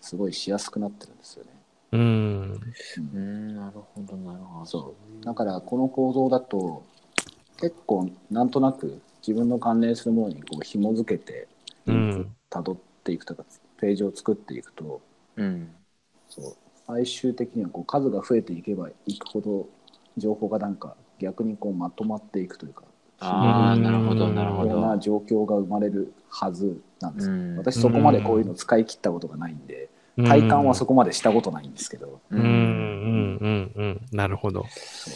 すごいしやすくなってるんですよね。
うん。
うん
うんなるほどなるほど
そうだからこの構造だと結構なんとなく自分の関連するものにこう紐付けて
う
リ
ん
ンクたどっていくとか、ページを作っていくと
うん
そう最終的にはこう数が増えていけばいくほど情報がなんか逆にこうまとまっていくというか
ああなるほど
うん
なるほ
ような
ど
状況が生まれるはずなんですよ、
うん
私そこまでこういうの使い切ったことがないんで、体感はそこまでしたことないんですけど、
うん。うん。うん。うん。なるほど。
そ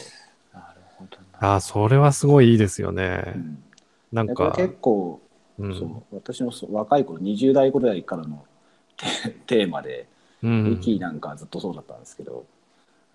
う
なるほどな
ああ、それはすごいいいですよ
う
ね。
ん
なん
でこれ
か。
結構
う
そ
ん。
う私のそう若い頃20代ぐらいからのテ テーマで
う
ウィ
ん。
キなんかずっとそうだったんですけど、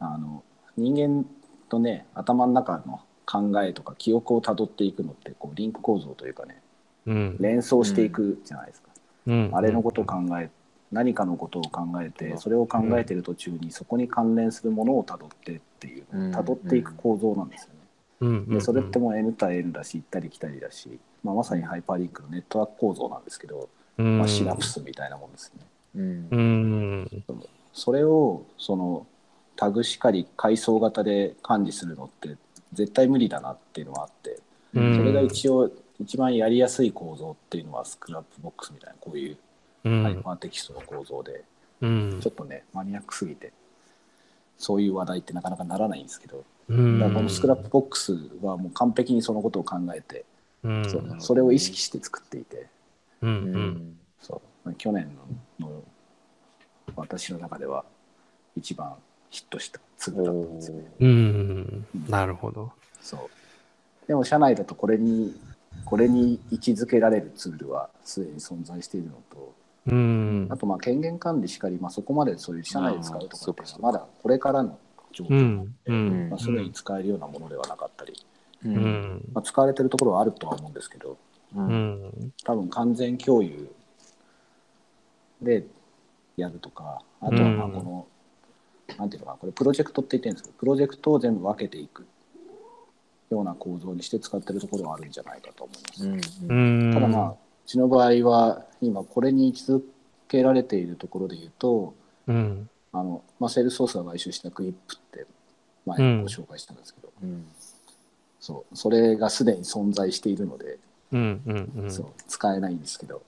あの人間とね頭の中の考えとか記憶をたどっていくのってこうリンク構造というかね
うん。
連想していくじゃないですか、
うん。
あれのことを考え何かのことを考えてそれを考えてる途中にそこに関連するものをたどってっていう
うん
たどっていく構造なんですよね。
うん。
でそれってもう N 対 N だし行ったり来たりだし、まあ、まさにハイパーリンクのネットワーク構造なんですけど、
うん、
まあ、シナプスみたいなもんですね。
うん
うん。
それをそのタグしかり階層型で管理するのって絶対無理だなっていうのはあって
う
そ
ん
れが一応一番やりやすい構造っていうのはスクラップボックスみたいなこういう
う
ハイ
ん。
パーテキストの構造で
うん
ちょっとねマニアックすぎてそういう話題ってなかなかならないんですけど
うん
だからこのスクラップボックスはもう完璧にそのことを考えて
うん
そううんそれを意識して作っていて。
う。
うんん
そう去年のの私の中では一番ヒットしたツールだったんですよね。
うん。うん。なるほど。
そうでも社内だとこれにこれに位置づけられるツールはすでに存在しているのと
うん
あ。とまあ権限管理しかり、まあ、そこまでそういう社内で使うとかってい
あーそうう
のはま
か
だこれからの状
う
況なの
ん。うん。
まあ、すぐに使えるようなものではなかったり、
う
うんん。
まあ、使われてるところはあるとは思うんですけど
う
うんん。
多分完全共有でやるとかあとはまあ
うん
この、なんていうのかなこれプロジェクトって言ってるんですけどプロジェクトを全部分けていくような構造にして使ってるところはあるんじゃないかと思います。
う
うんん。
ただまあうちの場合は今これに位置づけられているところで言うと
うん。
あの、まあ、セールスソースが買収したクイップって前ご紹介したんですけど、
うん
そうそれがすでに存在しているので、
うん。うん。
そう使えないんですけど、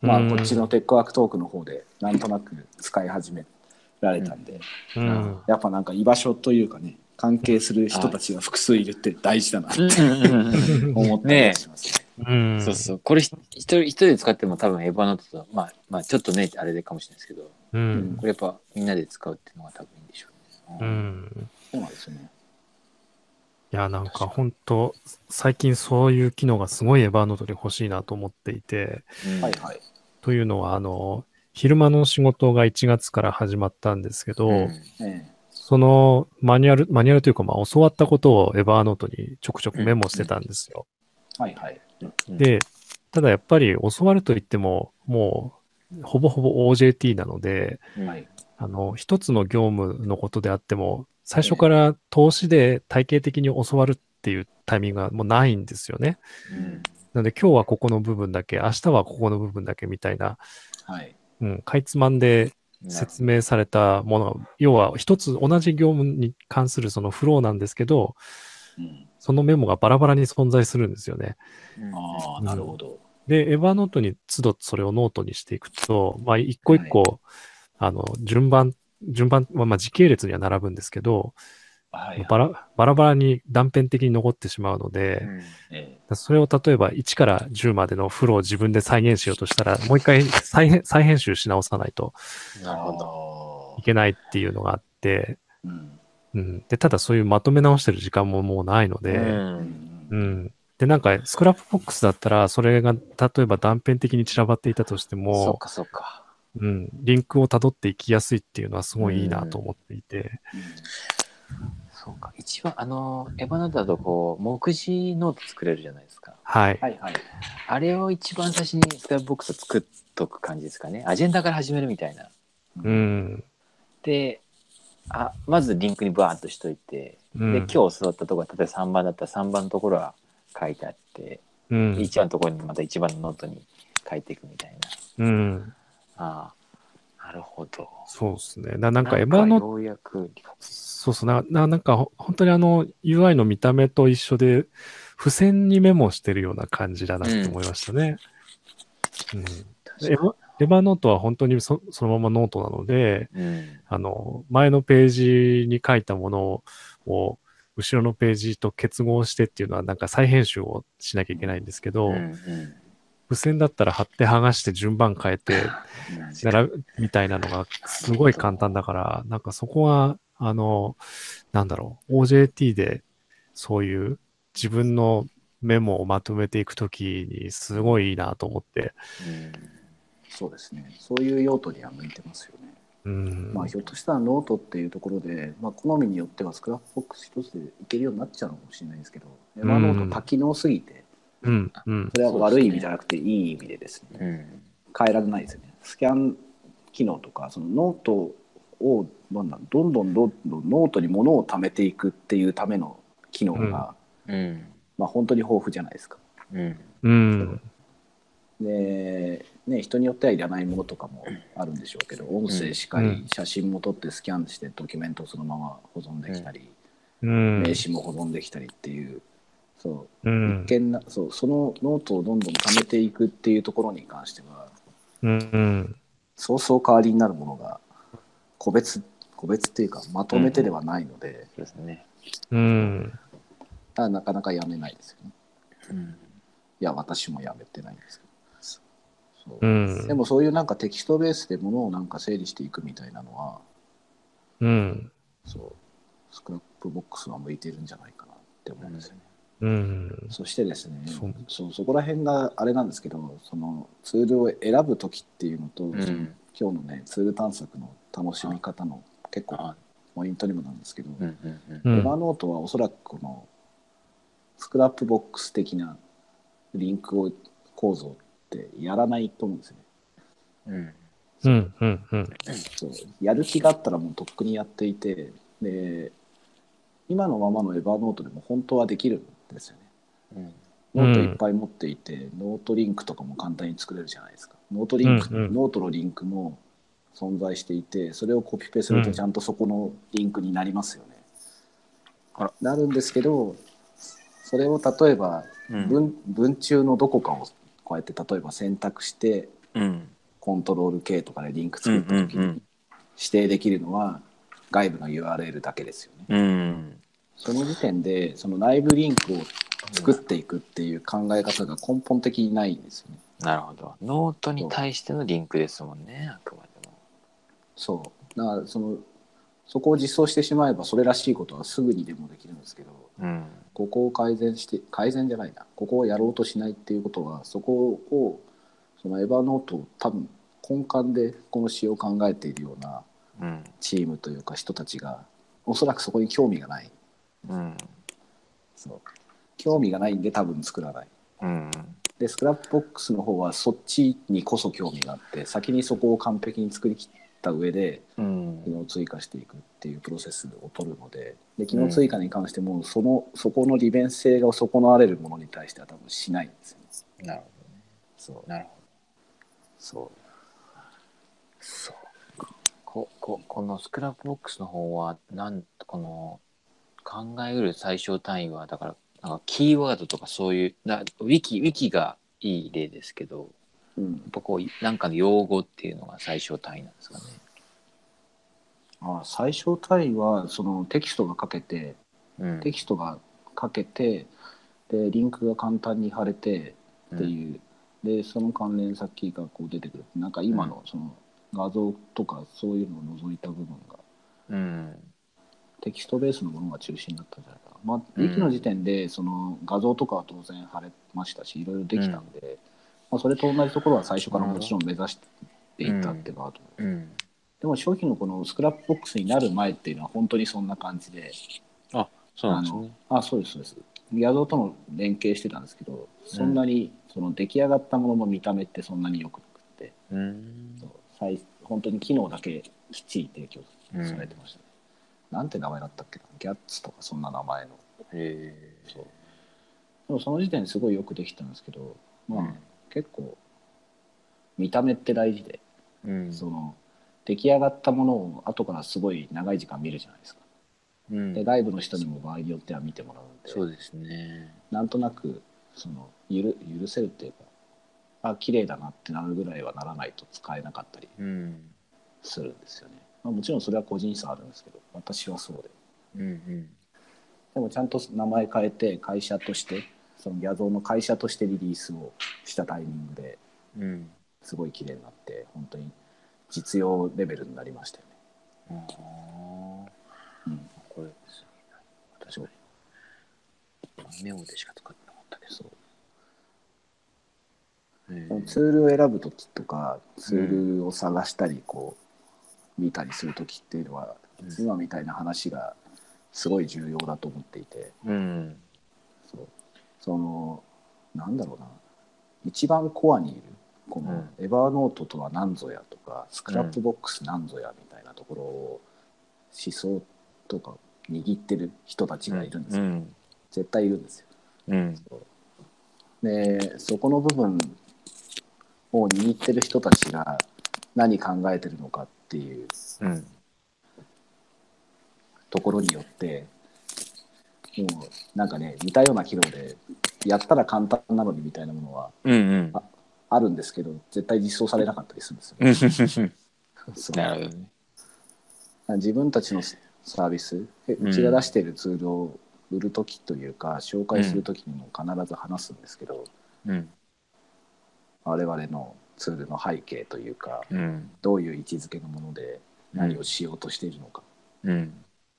まあ、こっちのテックワークトークの方でなんとなく使い始められたんで、
うん。
やっぱなんか居場所というかね関係する人たちが複数いるって大事だなって思ったり
ねえ
はしますね。
うん。
そうそう。これひ一人一人で使っても多分エヴァノートと、まあ、まあちょっとね、あれでかもしれないですけど、
う
う。
ん
これやっぱみんなで使うっていうのが多分いいんでしょう
う
ね。
ん。
そうなんですよね。
いや、なんか本当最近そういう機能がすごいエヴァノートに欲しいなと思っていて、
うん
はいはい。
というのは、あの、昼間の仕事が1月から始まったんですけど、
うん
え
そのマニュアル、マニュアルというか、まあ、教わったことをエバーノートにちょくちょくメモしてたんですよ。
えはいはい。
うん
で、ただやっぱり教わるといっても、もう、ほぼほぼ OJT なので、
うん
はい
あの、一つの業務のことであっても、最初から投資で体系的に教わるっていうタイミングがもうないんですよね。
うん
なので、今日はここの部分だけ、明日はここの部分だけみたいな、
はい。
うん、かいつまんで説明されたもの、要は一つ同じ業務に関するそのフローなんですけど、
うん、
そのメモがバラバラに存在するんですよね。
うん
ああ、なるほど。
で、エヴァノートに都度それをノートにしていくと、まあ、一個一個、あの、順番、順番、まあ、まあ時系列には並ぶんですけど、
はいはい。
バラバラバラに断片的に残ってしまうので、
うん
え
それを例えば1から10までのフローを自分で再現しようとしたら、もう一回再編再編集し直さないと
え、
なるほど。
ど
い。けないっていうのがあって、
うん。
うん。で、ただそういうまとめ直してる時間ももうないので、
う
うん
ん
う。ん。で、なんか、スクラップボックスだったら、それが、例えば断片的に散らばっていたとして
そっ
も、
かそっか。
うん、リンクを辿っていきやすいっていうのはすごいいいなと思っていて、
そうか。一番、あの、エヴァノートだとこう、目次ノート作れるじゃないですか。
はい。
はいはい。
あれを一番最初にスクラップボックスを作っとく感じですかね。アジェンダから始めるみたいな。
うん。
で、あまずリンクにバーンとしといて、
うん
で、今日教わったところ例えば3番だったら3番のところは書いてあって、
うん。
1番のところにまた1番のノートに書いていくみたいな。
うん。
ああ、なるほど。
そうですね。ななんか、エヴ
バ
ァの、
ようやく理解、
そうそう、な、ななんか、ほ本当にあの、UI の見た目と一緒で、付箋にメモしてるような感じだなって思いましたね。うん。エヴァエヴァノートは本当にそそのままノートなので、
うん。
あの、前のページに書いたものを、後ろのページと結合してっていうのは、なんか再編集をしなきゃいけないんですけど、
うんうん
付箋だったら貼って剥がして順番変え て、並ぶみたいなのがすごい簡単だから、なんかそこは、あの、なんだろう、OJT でそういう自分のメモをまとめていくときにすごいいいなと思って、
そうですね。そういう用途には向いてますよね。
うん。
まあ、ひょっとしたらノートっていうところで、まあ、好みによってはスクラップボックス一つでいけるようになっちゃうのかもしれないですけど、エヴァノート多機能すぎて、
うん、うん
そ、れは悪い意味じゃなくていい意味でですね、
うん。うん
変えられないですよね。スキャン機能とか、そのノートをなんだどんどんどんどんノートに物を貯めていくっていうための機能が、
うん
うん。
まあ、本当に豊富じゃないですか。
うん。
うん、
で、ね、人によってはいらないものとかもあるんでしょうけど音声しか
うん
り写真も撮ってスキャンしてドキュメントをそのまま保存できたり、
うん、
名刺も保存できたりっていうそうう、
ん
一、見なそうそのノートをどんどん貯めていくっていうところに関しては
うん、
そうそう代わりになるものが個別個別っていうかまとめてではないので、
そうですね。
うん。
ただなかなかやめないですよね
うん。
いや私もやめてないんですけどそうう、
ん。
でもそういうなんかテキストベースでものをなんか整理していくみたいなのは
うん。
そうスクラップボックスは向いてるんじゃないかなって思うんですよね。
うん。
そしてですね
そ
そううそこら辺があれなんですけどそのツールを選ぶ時っていうのと、
うん。うん
今日のねツール探索の楽しみ方の結構
あ
ポイントにもなるんですけど、
う
エ
んうんうん
う
ヴァ
ん。
ノートはおそらくこのスクラップボックス的なリンクを構造ってやらないと思うんですよね。
う
うん。
ん。うん。うん。
そうやる気があったらもうとっくにやっていてで今のままのエヴァノートでも本当はできるんですよね。
うん。
ノート
うん
いっぱい持っていて、ノートリンクとかも簡単に作れるじゃないですか。ノートリンク、
うんうん
ノートのリンクも存在していて、それをコピペする
う
と
ん
ちゃんとそこのリンクになりますよね。
あら
なるんですけど、それを例えば
うん。
文,、文中のどこかをこうやって例えば選択して、
うん。
コントロール K とかでリンク
うん
作った時
う
に
ん
指定できるのは外部の URL だけですよね。
うん。
その時点でその内部リンクを作っていくっていう考え方が根本的にないんですよね。
なるほど。ノートに対してのリンクですもんね、あくまでも。
そうだからそのそこを実装してしまえばそれらしいことはすぐにでもできるんですけど
うん。
ここを改善して改善じゃないなここをやろうとしないっていうことはそこをそのエヴァノートを多分根幹でこの詩を考えているような
うん。
チームというか人たちがおそらくそこに興味がない
うん。
そう興味がないんで多分作らない
うん。
でスクラップボックスの方はそっちにこそ興味があって先にそこを完璧に作りきった上で
うん
機。能追加していくっていうプロセスを取るのでで機能追加に関してもそのそこの利便性が損なわれるものに対しては多分しないんですよね。
なるほどね。そう。なるほど。
そう
そう。こ、こ、このスクラップボックスの方は、なん、この、考えうる最小単位は、だから、なんかキーワードとかそういう、なウィキ、ウィキがいい例ですけど、
うん、
やっぱこう、なんかの用語っていうのが最小単位なんですかね。
あ最小単位はそのテキストが書けて
うん。
テキストが書けてでリンクが簡単に貼れてっていう、でその関連先がこう出てくるなんか今のその画像とかそういうのを除いた部分が
うん。
テキストベースのものが中心だったんじゃないかな。まあ、
うん
駅の時点でその画像とかは当然貼れましたしいろいろできたんで、まあ、それと同じところは最初からもちろん目指していったっていうのはあると思う
うん。
でも商品のこのスクラップボックスになる前っていうのは本当にそんな感じで
そうなんですね。
あそうですそうです画像との連携してたんですけどそんなにその出来上がったものの見た目ってそんなによくなくって
うん
そう最本当に機能だけきっちり提供されてました、ねなんて名前だったっけなギャッツとかそんな名前の
へ
そうでもその時点ですごいよくできたんですけど、まあ
うん
結構見た目って大事で、
え。うん。
その出来上がったものを後からすごい長い時間見るじゃないですか、
うん。
で外部の人にも場合によっては見てもらうんで
そうですね。
なんとなくその許許せるっていうかあ綺麗だなってなるぐらいはならないと使えなかったり
うん。
するんですよね、まあ、もちろんそれは個人差あるんですけど私はそうで
うんうん。
でもちゃんと名前変えて会社としてその画像の会社としてリリースをしたタイミングで
うん。
すごい綺麗になって本当に実用レベルになりましたよね。
ああ。
うん、
これ、す
私も
ごいなメモでしか使ってなかったけ
そう
ど。へ
この
え
ツールを選ぶ時とかツールを探したりこう見たりする時っていうのは
うん
今みたいな話がすごい重要だと思っていて
うん。
そうそのなんだろうな一番コアにいるこ
う
の
ん
「エヴァーノートとは何ぞや」とか「スクラップボックスなんぞや」みたいなところを思想とか握ってる人たちがいるんですよ、
うん。
絶対いるんですよ。
うん。
でそこの部分を握ってる人たちが何考えてるのかっていう
うん。
ところによってもうなんかね似たような機能でやったら簡単なのにみたいなものは
うんうん。
あるんですけど絶対実装されなかったりするんですよ、
うん
そう
なるほどね。
自分たちのサービスえうちが出しているツールを売る時というか紹介する時にも必ず話すんですけど、
うん。
我々のツールの背景というか
うん。
どういう位置づけのもので何をしようとしているのか、
うん。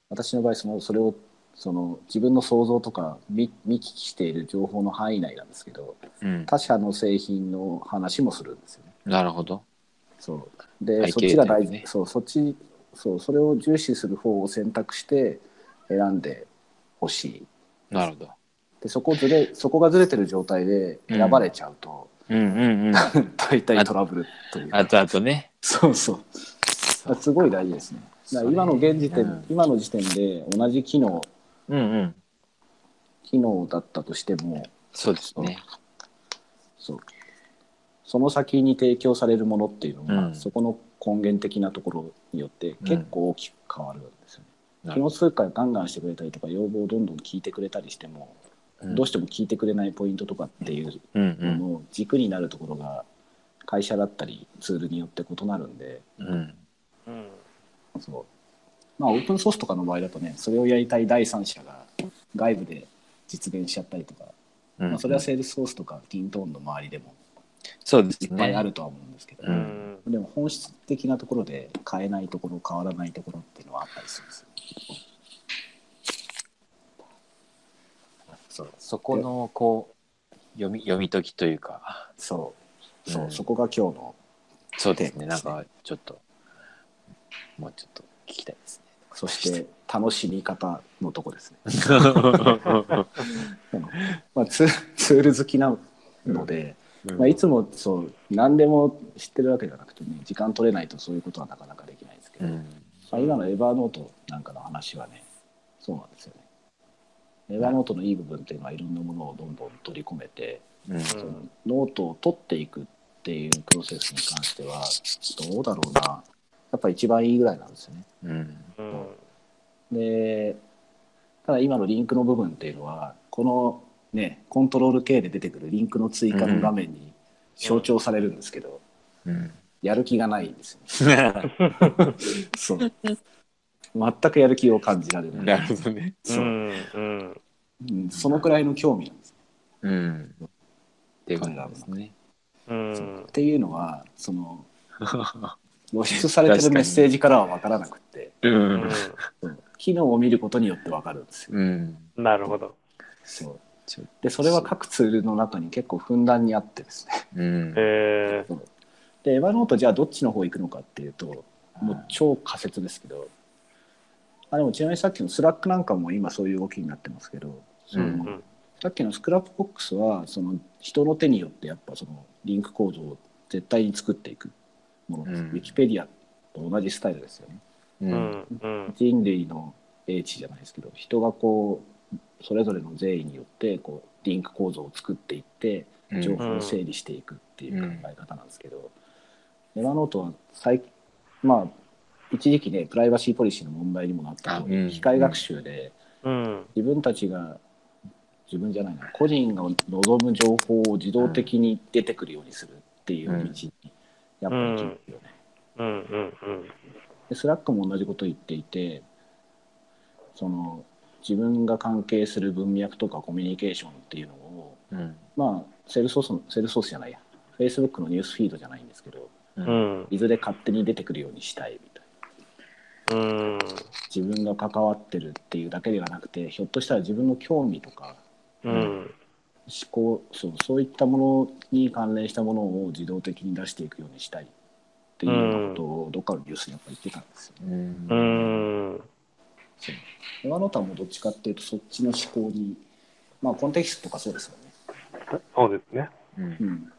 私の場合そのそれをその自分の想像とか見見聞きしている情報の範囲内なんですけど
うん。
他社の製品の話もするんですよね。
なるほど。
そうで、
背景
そっちが
だよ
大
ね
事、そうそっちそうそれを重視する方を選択して選んでほしい
なるほど。
でそこずれそこがずれてる状態で選ばれちゃうと、
うんうんうん。
大体トラブルというか
あとあとね。
そうそうあすごい大事ですねだから今の現時点、
うん
今の時点で同じ機能
うんうん。
機能だったとしても
そうですね。
そうその先に提供されるものっていうのが、
うん
そこの根源的なところによって結構大きく変わるんですよね。
な
機
るほ
能通貨ガンガンしてくれたりとか要望をどんどん聞いてくれたりしても、
ど
どうしても聞いてくれないポイントとかっていう
うん
のの軸になるところが会社だったりツールによって異なるんで
うん。うん。
うん。
そうまあオープンソースとかの場合だとねそれをやりたい第三者が外部で実現しちゃったりとか、
うん
まあ、それはセールスフォースとかキントーンの周りでも
そうです
いっ
ね。
ぱいあるとは思うんですけど、
うん
でも本質的なところで変えないところ変わらないところっていうのはあったりするんですよ。そう
そこのこう読み読み解きというか
そうそう、
うん
そこが今日の
そうですね
テーマ
な
で
ん
すね
かちょっともうちょっと聞きたいですね。
そして楽しみ方のとこですね。まあ、ツーツール好きなので、まあ、いつもそう何でも知ってるわけじゃなくてね時間取れないとそういうことはなかなかできないですけ
う
ど、
ん
まあ、今のエヴァノートなんかの話はねそうなんですよね。エヴァノートのいい部分っていうのはいろんなものをどんどん取り込めて、
うん
そのノートを取っていくっていうプロセスに関してはどうだろうなやっぱ一番いいぐらいなんですよね。
うん
うん
でただ今のリンクの部分っていうのはこのねコントロール K で出てくるリンクの追加の画面に象徴されるんですけど、
うん
やる気がないんですよね。そう全くやる気を感じられない
なるほどね。
そううん
うん
うんそのくらいの興味なんですよ。
うん。っていうことなんですね。
うん
っていうのはそ の露出されてるメッセージからは分からなくって
うん。
そう機能を見ることによって分かるんですよ。
うん。
なるほど。
そう
ちょっと
でそれは各ツールの中に結構ふんだんにあってですね
うん。
え ー
でエヴァノートじゃあどっちの方行くのかっていうともう超仮説ですけどあでもちなみにさっきのスラックなんかも今そういう動きになってますけど、その
うん
さっきのスクラップボックスはその人の手によってやっぱそのリンク構造を絶対に作っていくものです、
うん
ウィキペディアと同じスタイルですよね
う。
うんんうん
人類の英知じゃないですけど人がこうそれぞれの善意によってこうリンク構造を作っていって
うん
情報を整理していくっていう考え方なんですけど、エヴァノートは最近まあ一時期ねプライバシーポリシーの問題にもなったと、
あうん
機械学習で
うん
自分たちが自分じゃないな個人が望む情報を自動的に出てくるようにするっていう道にやっぱり行きますよね。
うんうん
でスラックも同じこと言っていてその自分が関係する文脈とかコミュニケーションっていうのを
うん。
まあ、セルソースの、セルソースじゃないや、Facebook のニュースフィードじゃないんですけど、
うんうん
いずれ勝手に出てくるようにしたいみたいな。
うん
自分が関わってるっていうだけではなくて、ひょっとしたら自分の興味とか、
うん
思考そう、そういったものに関連したものを自動的に出していくようにしたいっていうようなことを、どっかのニュースにやっぱ言ってたんですよね。
うん
うん
今の他もどっちかっていうと、そっちの思考に、まあ、コンテキストとかそうですよね。
そうですね。
うん
うん、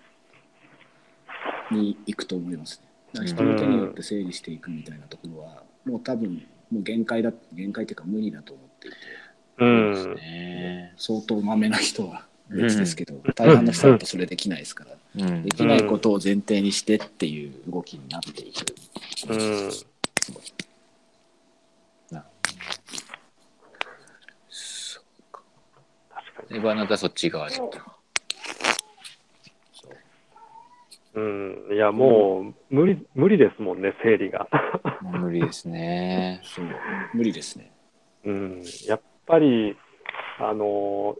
に行くと思いますね。だから人の手によって整理していくみたいなところは、もう多分もう限界だ限界っていうか無理だと思っていて
う
そうで
ん
すね。
相当まめな人は別ですけど、大半の人はやっぱそれできないですから、
うん
できないことを前提にしてっていう動きになっていく。
うん
エヴァなんかそっち側だった。
うんいやもう無理無理ですもんね整理が。
もう無理ですね。
そう無理ですね。
うんやっぱりあの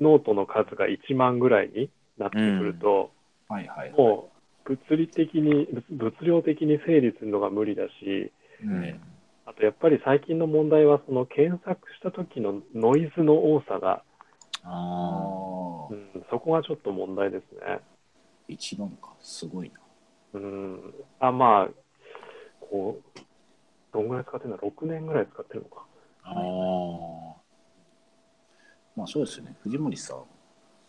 ノートの数が1万ぐらいになってくると、
はいはい。
もう物理的に物量的に整理するのが無理だし
うん
あとやっぱり最近の問題はその検索した時のノイズの多さが、
ああ
あ
う
ー、
ん、そこがちょっと問題ですね。
一番か、すごいな。
うん、あまあこうどんぐらい使ってるの6年ぐらい使ってるのか。
あ。あ
まあそうですよね。藤森さん、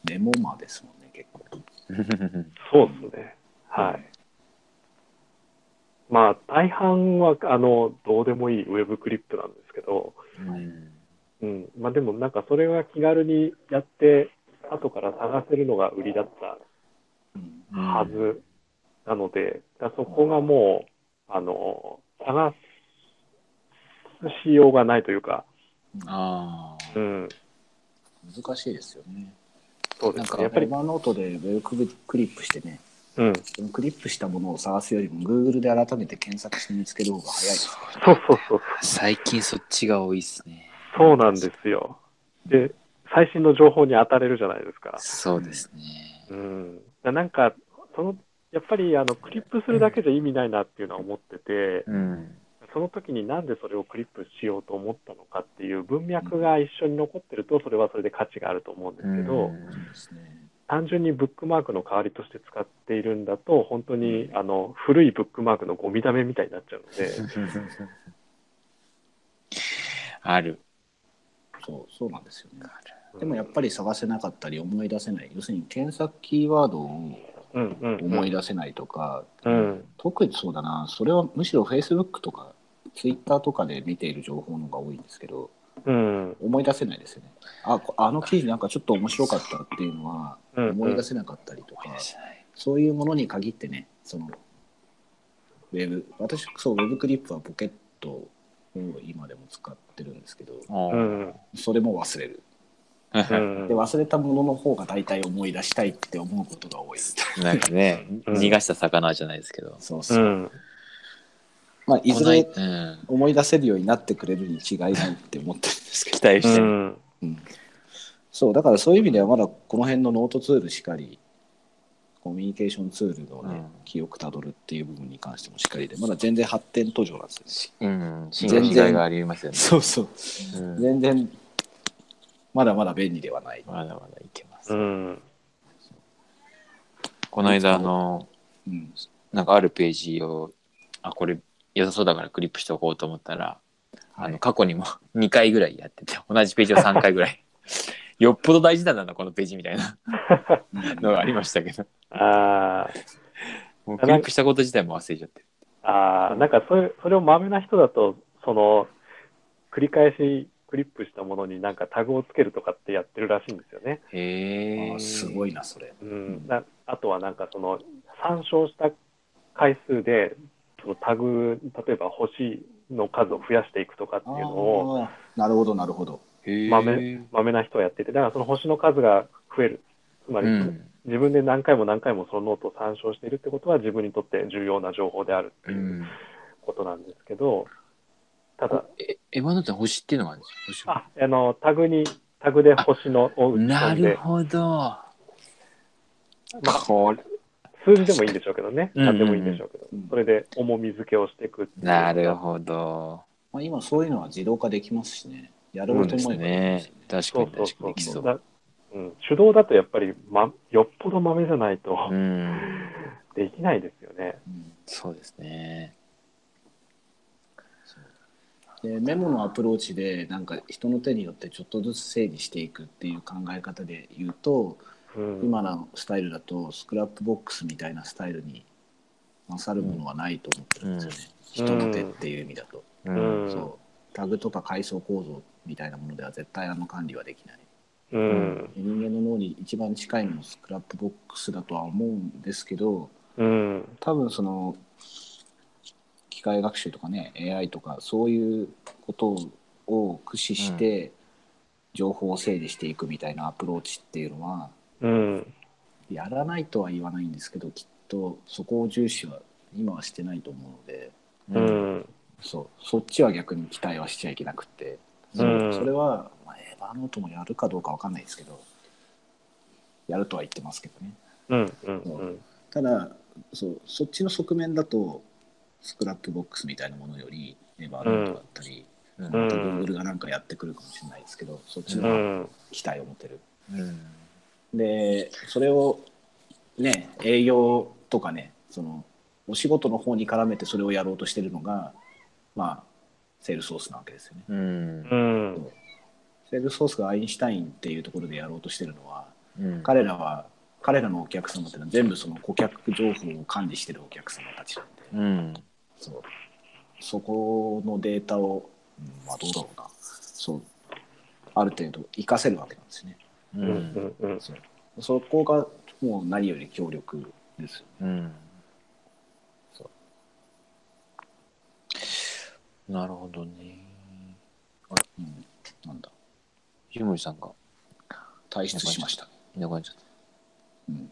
メモマですもんね、結構。
あ。
そうですね。はい。まあ、大半は、あの、どうでもいいウェブクリップなんですけど、
うん
うん。まあ、でもなんかそれが気軽にやって、後から探せるのが売りだった
うん
はずなので、だからそこがもう、あの、探すしようがないというか、
ああ。
うん。
難しいですよね。
そうで
なん
す
かエ
ね。やっぱり
ヴ、ァノートでウェブクリップしてね、
うん。
そのクリップしたものを探すよりも Google で改めて検索して見つける方が早いです。
そうそうそう。
最近そっちが多いっすね。
そうなんですよ。で、最新の情報に当たれるじゃないですか。
そうですね。
うん、だからなんかそのやっぱりあのクリップするだけじゃ意味ないなっていうのは思ってて、
うん。
その時になんでそれをクリップしようと思ったのかっていう文脈が一緒に残ってるとそれはそれで価値があると思うんですけど、
うん
ですね。
単純にブックマークの代わりとして使っているんだと本当にあの古いブックマークのゴミ溜めみたいになっちゃうの で
ある。
そう、そうなんですよね。
うん
でもやっぱり探せなかったり思い出せない。要するに検索キーワードを
うんうんうん
思い出せないとか、
うん
特にそうだな、それはむしろ Facebook とか Twitter とかで見ている情報の方が多いんですけど、
うん
思い出せないですよね。あ、こあの記事なんかちょっと面白かったっていうのは
うん
思い出せなかったりとか、
思い出せない
そういうものに限ってね、その、ウェブ、私、そう、ウェブクリップはポケットを今でも使ってるんですけど、
う
うん
ん
それも忘れる。
うん
で、忘れたものの方が大体思い出したいって思うことが多いです。
なんかね、
うん
逃がした魚じゃないですけど。
そう
う
そう。
ん
まあ、いずれ
この間うん
思い出せるようになってくれるに違いないって思ってるんです けど
期待して
う
る。
ん
うんそうだからそういう意味ではまだこの辺のノートツールしかりコミュニケーションツールの、ね
うん
記憶たどるっていう部分に関してもしっかりでまだ全然発展途上なんですよ、
しうん、進化の時代がありますよね。
そうそう
うん
全然まだまだ便利ではない、
まだまだいけます
う。ん
この間、あの、
うん
なんかあるページを、あ、これ良さそうだからクリップしておこうと思ったら、あの、過去にも 2回ぐらいやってて、同じページを3回ぐらい。 よっぽど大事なんだな、このページみたいなのがありましたけど。
あー
もうクリップしたこと自体も忘れちゃって。
あーなんかそれそれをまめな人だとその繰り返しクリップしたものになんかタグをつけるとかってやってるらしいんですよね。
へ
あ
え。
ーすごいなそれ
うん、なあとはなんかその参照した回数でそのタグ例えば星の数を増やしていくとかっていうのを
あーなるほどなるほど
へえ。
まめまめな人はやっててだからその星の数が増えるつまり、
うん。
自分で何回も何回もそのノートを参照しているってことは自分にとって重要な情報であるって
う。
いうんことなんですけど、ただ
え、エヴァノートに星っていうのがあるんですよ。
ああのタグにタグで星のを打ち込
星なん
で
るほど。
まあ
これ
数字でもいいんでしょうけどね
うんうんうん
何でもいいんでしょうけど、
うん
それで重み付けをしていくっていう
なるほど。
まあ、今そういうのは自動化できますしねやろ
そうう
と
です
思えばできます
ね
よ。
確
そ
か
う
に
そう
確か
そ
に
う
できそう。
だうん、手動だとやっぱり、ま、よっぽど豆じゃないと
うん。
できないですよね。
うん
そうですね。
でメモのアプローチでなんか人の手によってちょっとずつ整理していくっていう考え方で言うと
うん、
今のスタイルだとスクラップボックスみたいなスタイルに勝るものはないと思ってるんですよね、
うん
人の手っていう意味だと、
う
うん
そうタグとか階層構造みたいなものでは絶対あの管理はできない
うん
人間の脳に一番近いのもスクラップボックスだとは思うんですけど
うん
多分その機械学習とかね AI とかそういうことを駆使して情報を整理していくみたいなアプローチっていうのは
うん
やらないとは言わないんですけどきっとそこを重視は今はしてないと思うので
う
うん
ん
そうそっちは逆に期待はしちゃいけなくて、そう
うん
それは、まあ、エヴァノートもやるかどうかわかんないですけどやるとは言ってますけどね。
うんうん
ただそうそっちの側面だとスクラップボックスみたいなものよりエバーノートだったり、
うん
ま
ん
た Google がなんかやってくるかもしれないですけどそっち
う
の
ん
期待を持てる、
うん
でそれをね営業とかねそのお仕事の方に絡めてそれをやろうとしてるのがまあセールソースなわけですよね
うん
うん
セールソースがアインシュタインっていうところでやろうとしてるのは
うん
彼らは彼らのお客様っていうのは全部その顧客情報を管理してるお客様たちなんで
うん
そうそこのデータを、うんまあ、どうだろうなそうある程度活かせるわけなんですね
う
うんんうん
そうそこがもう何より強力ですよ
うん
そ
なるほどね。
ね、うん、なんだ
湯森さんが
退出しました、
いなくなっちゃっ
うん、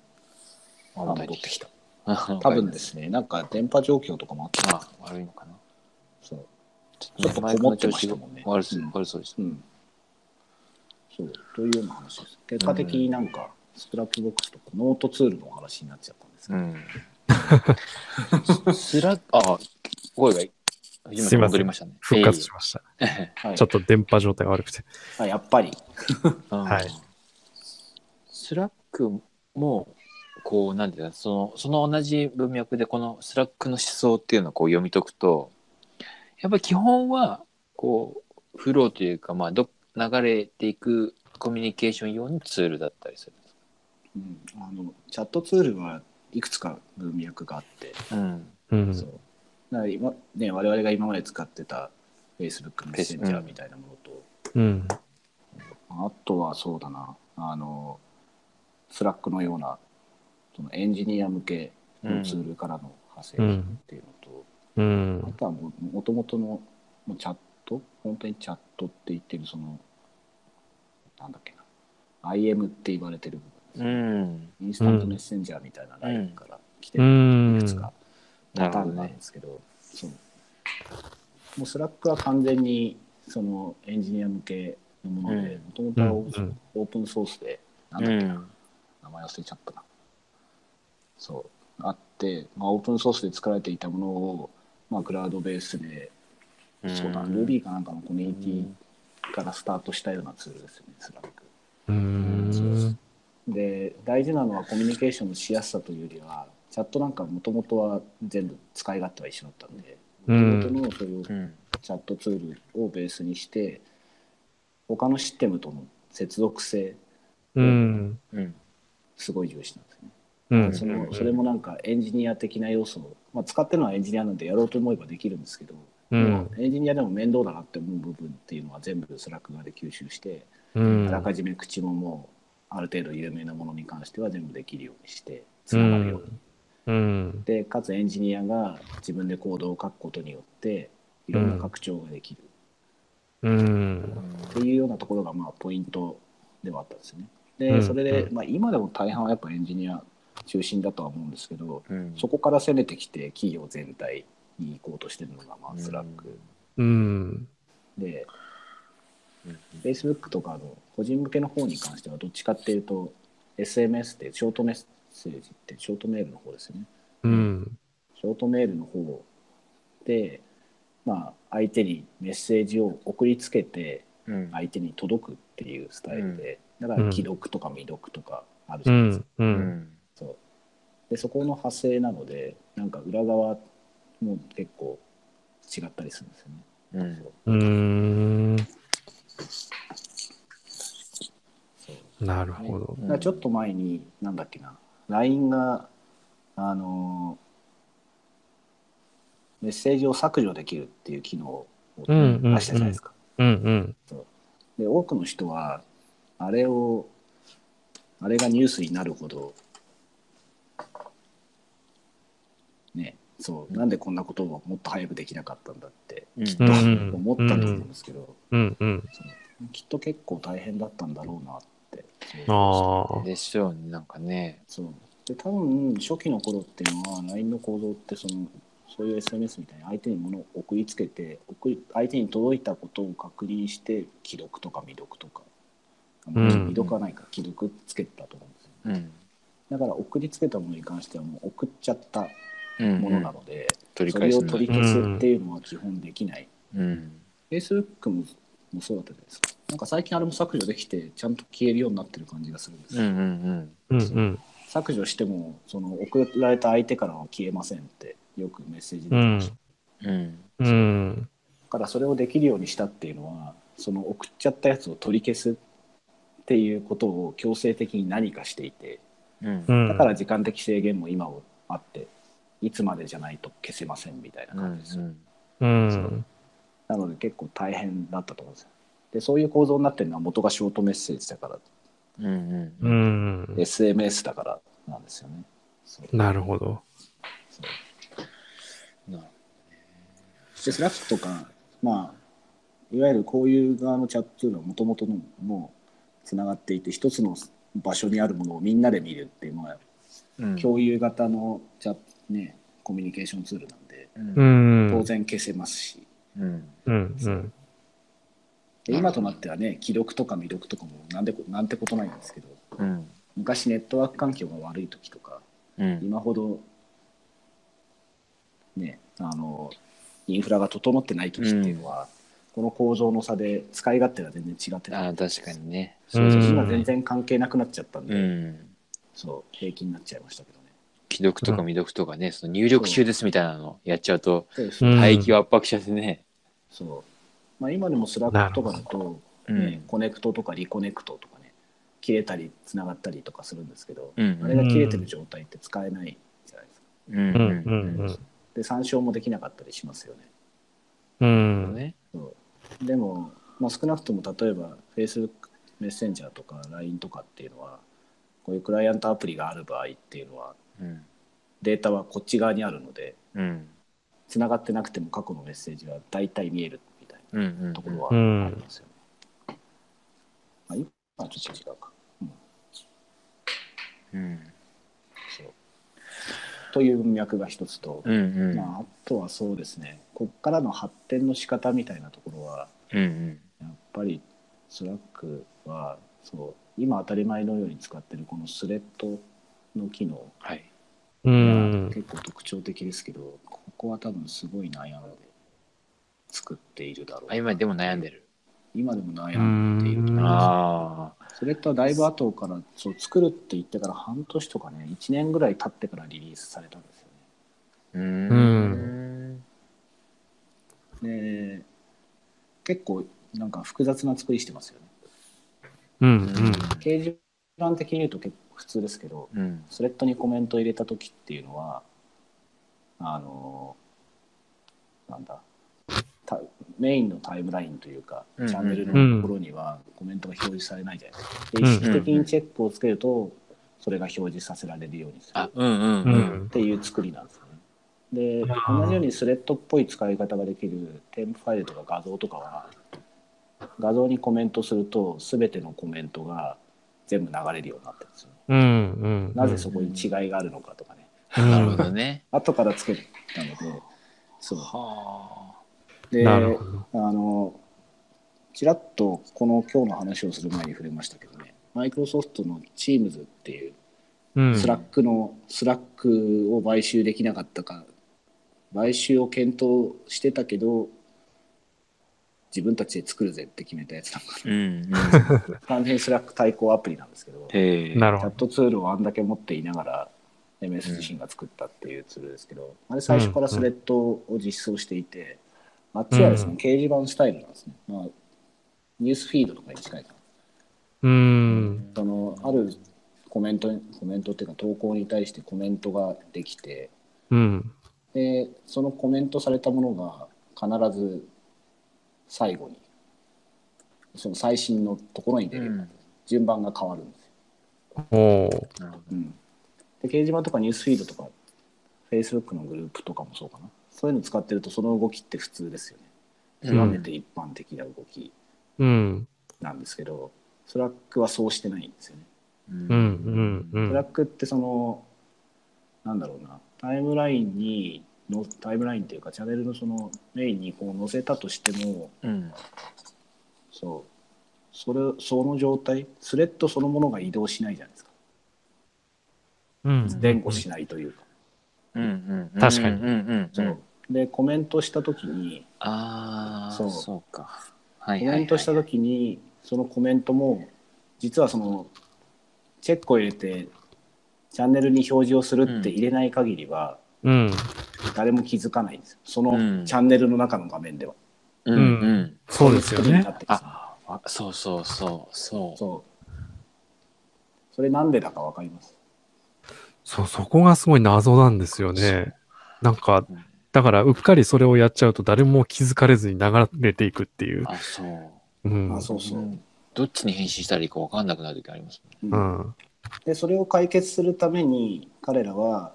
た。
あ戻ってきた
た。
多分 ですねなんか電波状況とかもあった
あ、悪いのかな。
そう
ち
ちょっとこもってましたもんね
悪そう
うん
悪そうです。
うんそうというような話です結果的になんかスクラップボックスとかノートツールのお話になっちゃったんですけ
う
ど、
ん。スラッあ、声が
すい
今
ません
戻りましたね。
復活しました。
はい
ちょっと電波状態が悪くて。
あやっぱり
うん
はい
スラックもこうなんていうのそのその同じ文脈でこのスラックの思想っていうのをこう読み解くとやっぱり基本はこうフローというか、まあ、ど流れていくコミュニケーション用のツールだったりする。
うん、あのチャットツールはいくつか文脈があって、
うん
うん。
そうだから今、ね、我々が今まで使ってた Facebook メッセンジャーみたいなものと、
うん。
あとはそうだなあのスラックのようなそのエンジニア向けのツールからの派生っていうのと、
うん
あ。とはももともとのもうチャット本当にチャットって言ってるそのなんだっけな IM って言われてる部分
うん
インスタントメッセンジャーみたいなラインから来て
う
る、い
ん
くつかパターンがあるんですけど、そうもうスラックは完全にそのエンジニア向けのもので、
うん
もともとはオ
うんうん
オープンソースで、なん
う
だっけ
ん
名前忘れちゃったな。そう、あって、まあ、オープンソースで作られていたものを、まあ、クラウドベースで、そうだ、Ruby かなんかのコミュニティからスタートしたようなツールですよね、スラック。
うん。
で大事なのはコミュニケーションのしやすさというよりはチャットなんかもともとは全部使い勝手は一緒だったんで
うん
もともとのそういう
うん
チャットツールをベースにして他のシステムとの接続性
うん。
うん
すごい重視なんですね。
う
そ
ん。
のそれもなんかエンジニア的な要素を、まあ、使ってるのはエンジニアなんでやろうと思えばできるんですけど、
うん。
エンジニアでも面倒だなって思う部分っていうのは全部スラック側で吸収して、
うん
あらかじめ口ももうある程度有名なものに関しては全部できるようにしてつながるように、
うん。
でかつエンジニアが自分でコードを書くことによっていろんな拡張ができる
うん。
っていうようなところがまあポイントではあったんですよね。で、
うん
それで
う、
まあ、今でも大半はやっぱエンジニア中心だとは思うんですけど
うん
そこから攻めてきて企業全体に行こうとしてるのがまあスラック
うん。
で、
うん
Facebook とかの個人向けの方に関してはどっちかっていうと SMS ってショートメッセージってショートメールの方ですよね
うん。
ショートメールの方で、まあ、相手にメッセージを送りつけて
うん
相手に届くっていうスタイルで、だから既読とか未読とかあるじ
う
ゃないですか、
ん。う。
うんん
そうでそこの派生なのでなんか裏側も結構違ったりするんですよね、
うん
そう
うん。
そう
なるほど。
だからちょっと前に、なんだっけな、LINE が、あのーメッセージを削除できるっていう機能を出
うんうんうん
したじゃないですか。
うん。
で、多くの人は、あれを、あれがニュースになるほど、ね、そう、なんでこんなことをもっと早くできなかったんだって、きっと
うんうん
思ったと思うんですけど、
うん。うん。
きっと結構大変だったんだろうなって。
ああ。
でしょうねなんかね
そうで多分初期の頃っていうのは LINE の構造ってそのそういう SNS みたいに相手に物を送りつけて送り相手に届いたことを確認して既読とか未読とか、
ん
未読はないか既読つけたと思うんですよ
うん
だから送りつけたものに関してはもう送っちゃった
うん
ものなので、
取り
そ
返
れ
す
を
の
取り消すっていうのは基本できない、
うん、
Facebook ももそうだったじゃないですかなんか最近あれも削除できてちゃんと消えるようになってる感じがするんです
うんう
よ、
んうん
うん。うん。
削除してもその送られた相手からは消えませんってよくメッセージで、
う
だ
ん。
うん
うん。
からそれをできるようにしたっていうのはその送っちゃったやつを取り消すっていうことを強制的に何かしていて
うん
うん。
だから時間的制限も今もあっていつまでじゃないと消せませんみたいな
うん
感じですよ、
うん。
なので結構大変だったと思うんですよでそういう構造になってるのは元がショートメッセージだから、
うんうん
うん
SMS だからなんですよねそう
なるほど。
そう
な
で、スラックとか、まあ、いわゆるこういう側のチャットっていうのはもともとのもうつながっていて、一つの場所にあるものをみんなで見るっていうのは、
うん
共有型のチャ、ね、コミュニケーションツールなんで、
うん
うん。
当然消せますし、
うん
うん。うん。
で今となってはね記録とか未読とかもなんでこなんてことないんですけど
うん。
昔ネットワーク環境が悪い時とか
うん。
今ほどねあのインフラが整ってない時っていうのは、この構造の差で使い勝手が全然違ってた
ああ、確かにね。
そうそう
うん
今全然関係なくなっちゃったんで、
うん。
そう平気になっちゃいましたけどね
既読とか未読とかね、その入力中ですみたいなのやっちゃうと、
で
うん
帯域を圧迫しちゃってね。
そうまあ、今でもスラックとかだと、
う
ね
ん。
コネクトとかリコネクトとかね切れたりつながったりとかするんですけど、
うん
あれが切れてる状態って使えないじゃないですか
う
うん
ん。
う
うん
んうん
で参照もできなかったりしますよね
う
うんん。ね。
そうでも、まあ、少なくとも例えば Facebook メッセンジャーとか LINE とかっていうのはこういうクライアントアプリがある場合っていうのは
うん。
データはこっち側にあるので
うん。
つながってなくても過去のメッセージは大体見えるみたい
うん。うん
なところは
うん
ありますよね。まあ、今はちょっと違うか。
うん。
そうという文脈が一つと、
うん。うん。
まあ、あとはそうですねこっからの発展の仕方みたいなところは
うん。
やっぱりスラックはそう今当たり前のように使ってるこのスレッドの機能
はい。
う
が
ん。
結構特徴的ですけど、ここは多分すごい悩んで作っているだろう
あ、今でも悩んでる。
今でも悩んでいると
う
思い
ん
ま
ああ。
すスレッドはだいぶ後からそう作るって言ってから半年とかね1年ぐらい経ってからリリースされたんですよね
う
う。
で結構なんか複雑な作りしてますよね
うん。う
うんん。
掲示板的に言うと結構普通ですけど
うん。
スレッドにコメントを入れた時っていうのはあのなんだたメインのタイムラインというか
うん
チャンネルのところにはコメントが表示されないじゃないですか、で
うん
意識的にチェックをつけるとそれが表示させられるようにする
あ、うんう
う
んうん。
ん
っていう作りなんですよね。で
あー
同じようにスレッドっぽい使い方ができる添付ファイルとか画像とかは画像にコメントすると全てのコメントが全部流れるようになってるんですよね。
うんうん。
なぜそこに違いがあるのかとかね
うん
なるほどね。
後からつけたのでそう
は
で
な
あ
るほど。
のちらっとこの今日の話をする前に触れましたけどねマイクロソフトの Teams っていう
うん。
スラックの、スラックを買収できなかったか、買収を検討してたけど、自分たちで作るぜって決めたやつなんか
あ。うんうん。
な、完全にスラック対抗アプリなんですけど、チ
へえ。
なる
る
ャ
ほ
ットツールをあんだけ持っていながら、MS 自身が作ったっていうツールですけど、あれ最初からスレッドを実装していて、あっちはですね、
うん
掲示板スタイルなんですね。まあ、ニュースフィードとかに近いかな。
ど。うん。
そのあるコメントにコメントっていうか投稿に対してコメントができて
うん。
でそのコメントされたものが必ず最後にその最新のところに出るようになってる、順番が変わるんですよ、
おー
うん、で掲示板とかニュースフィードとか Facebook のグループとかもそうかなそういうの使ってるとその動きって普通ですよね
うん
極めて一般的な動き
うん。
なんですけど、スラックはそうしてないんですよね
う
うんうんう
スラッ
ん。
クってそのなんだろうなタイムラインにのタイムラインっていうかチャンネルのそのメインにこう載せたとしても
うん。
そうそれその状態スレッドそのものが移動しないじゃないですか
うん。
前後しないというか、
うんうんうん。
確かに
うんうんう。
そうんでコメントした時に
ああ。
そう
そうか。はい
コ
はいはい。
メントした時にそのコメントも実はそのチェックを入れてチャンネルに表示をするって入れない限りは
うん。
誰も気づかないんですよそ
うん
のチャンネルの中の画面では。
うんうん。
そうですよ
作りに
ね
な。ってるんですよ
あ、わそうそうそうそう。
そう。それなんでだかわかります。
そう、そこがすごい謎なんですよね。なんか
うん、
だから、うっかりそれをやっちゃうと誰も気づかれずに流れていくっていう。
あ、そう。
うん。
あそうそう、
んどっちに返信したらいいかわかんなくなる時あります。
うん
うん。
で、それを解決するために彼らは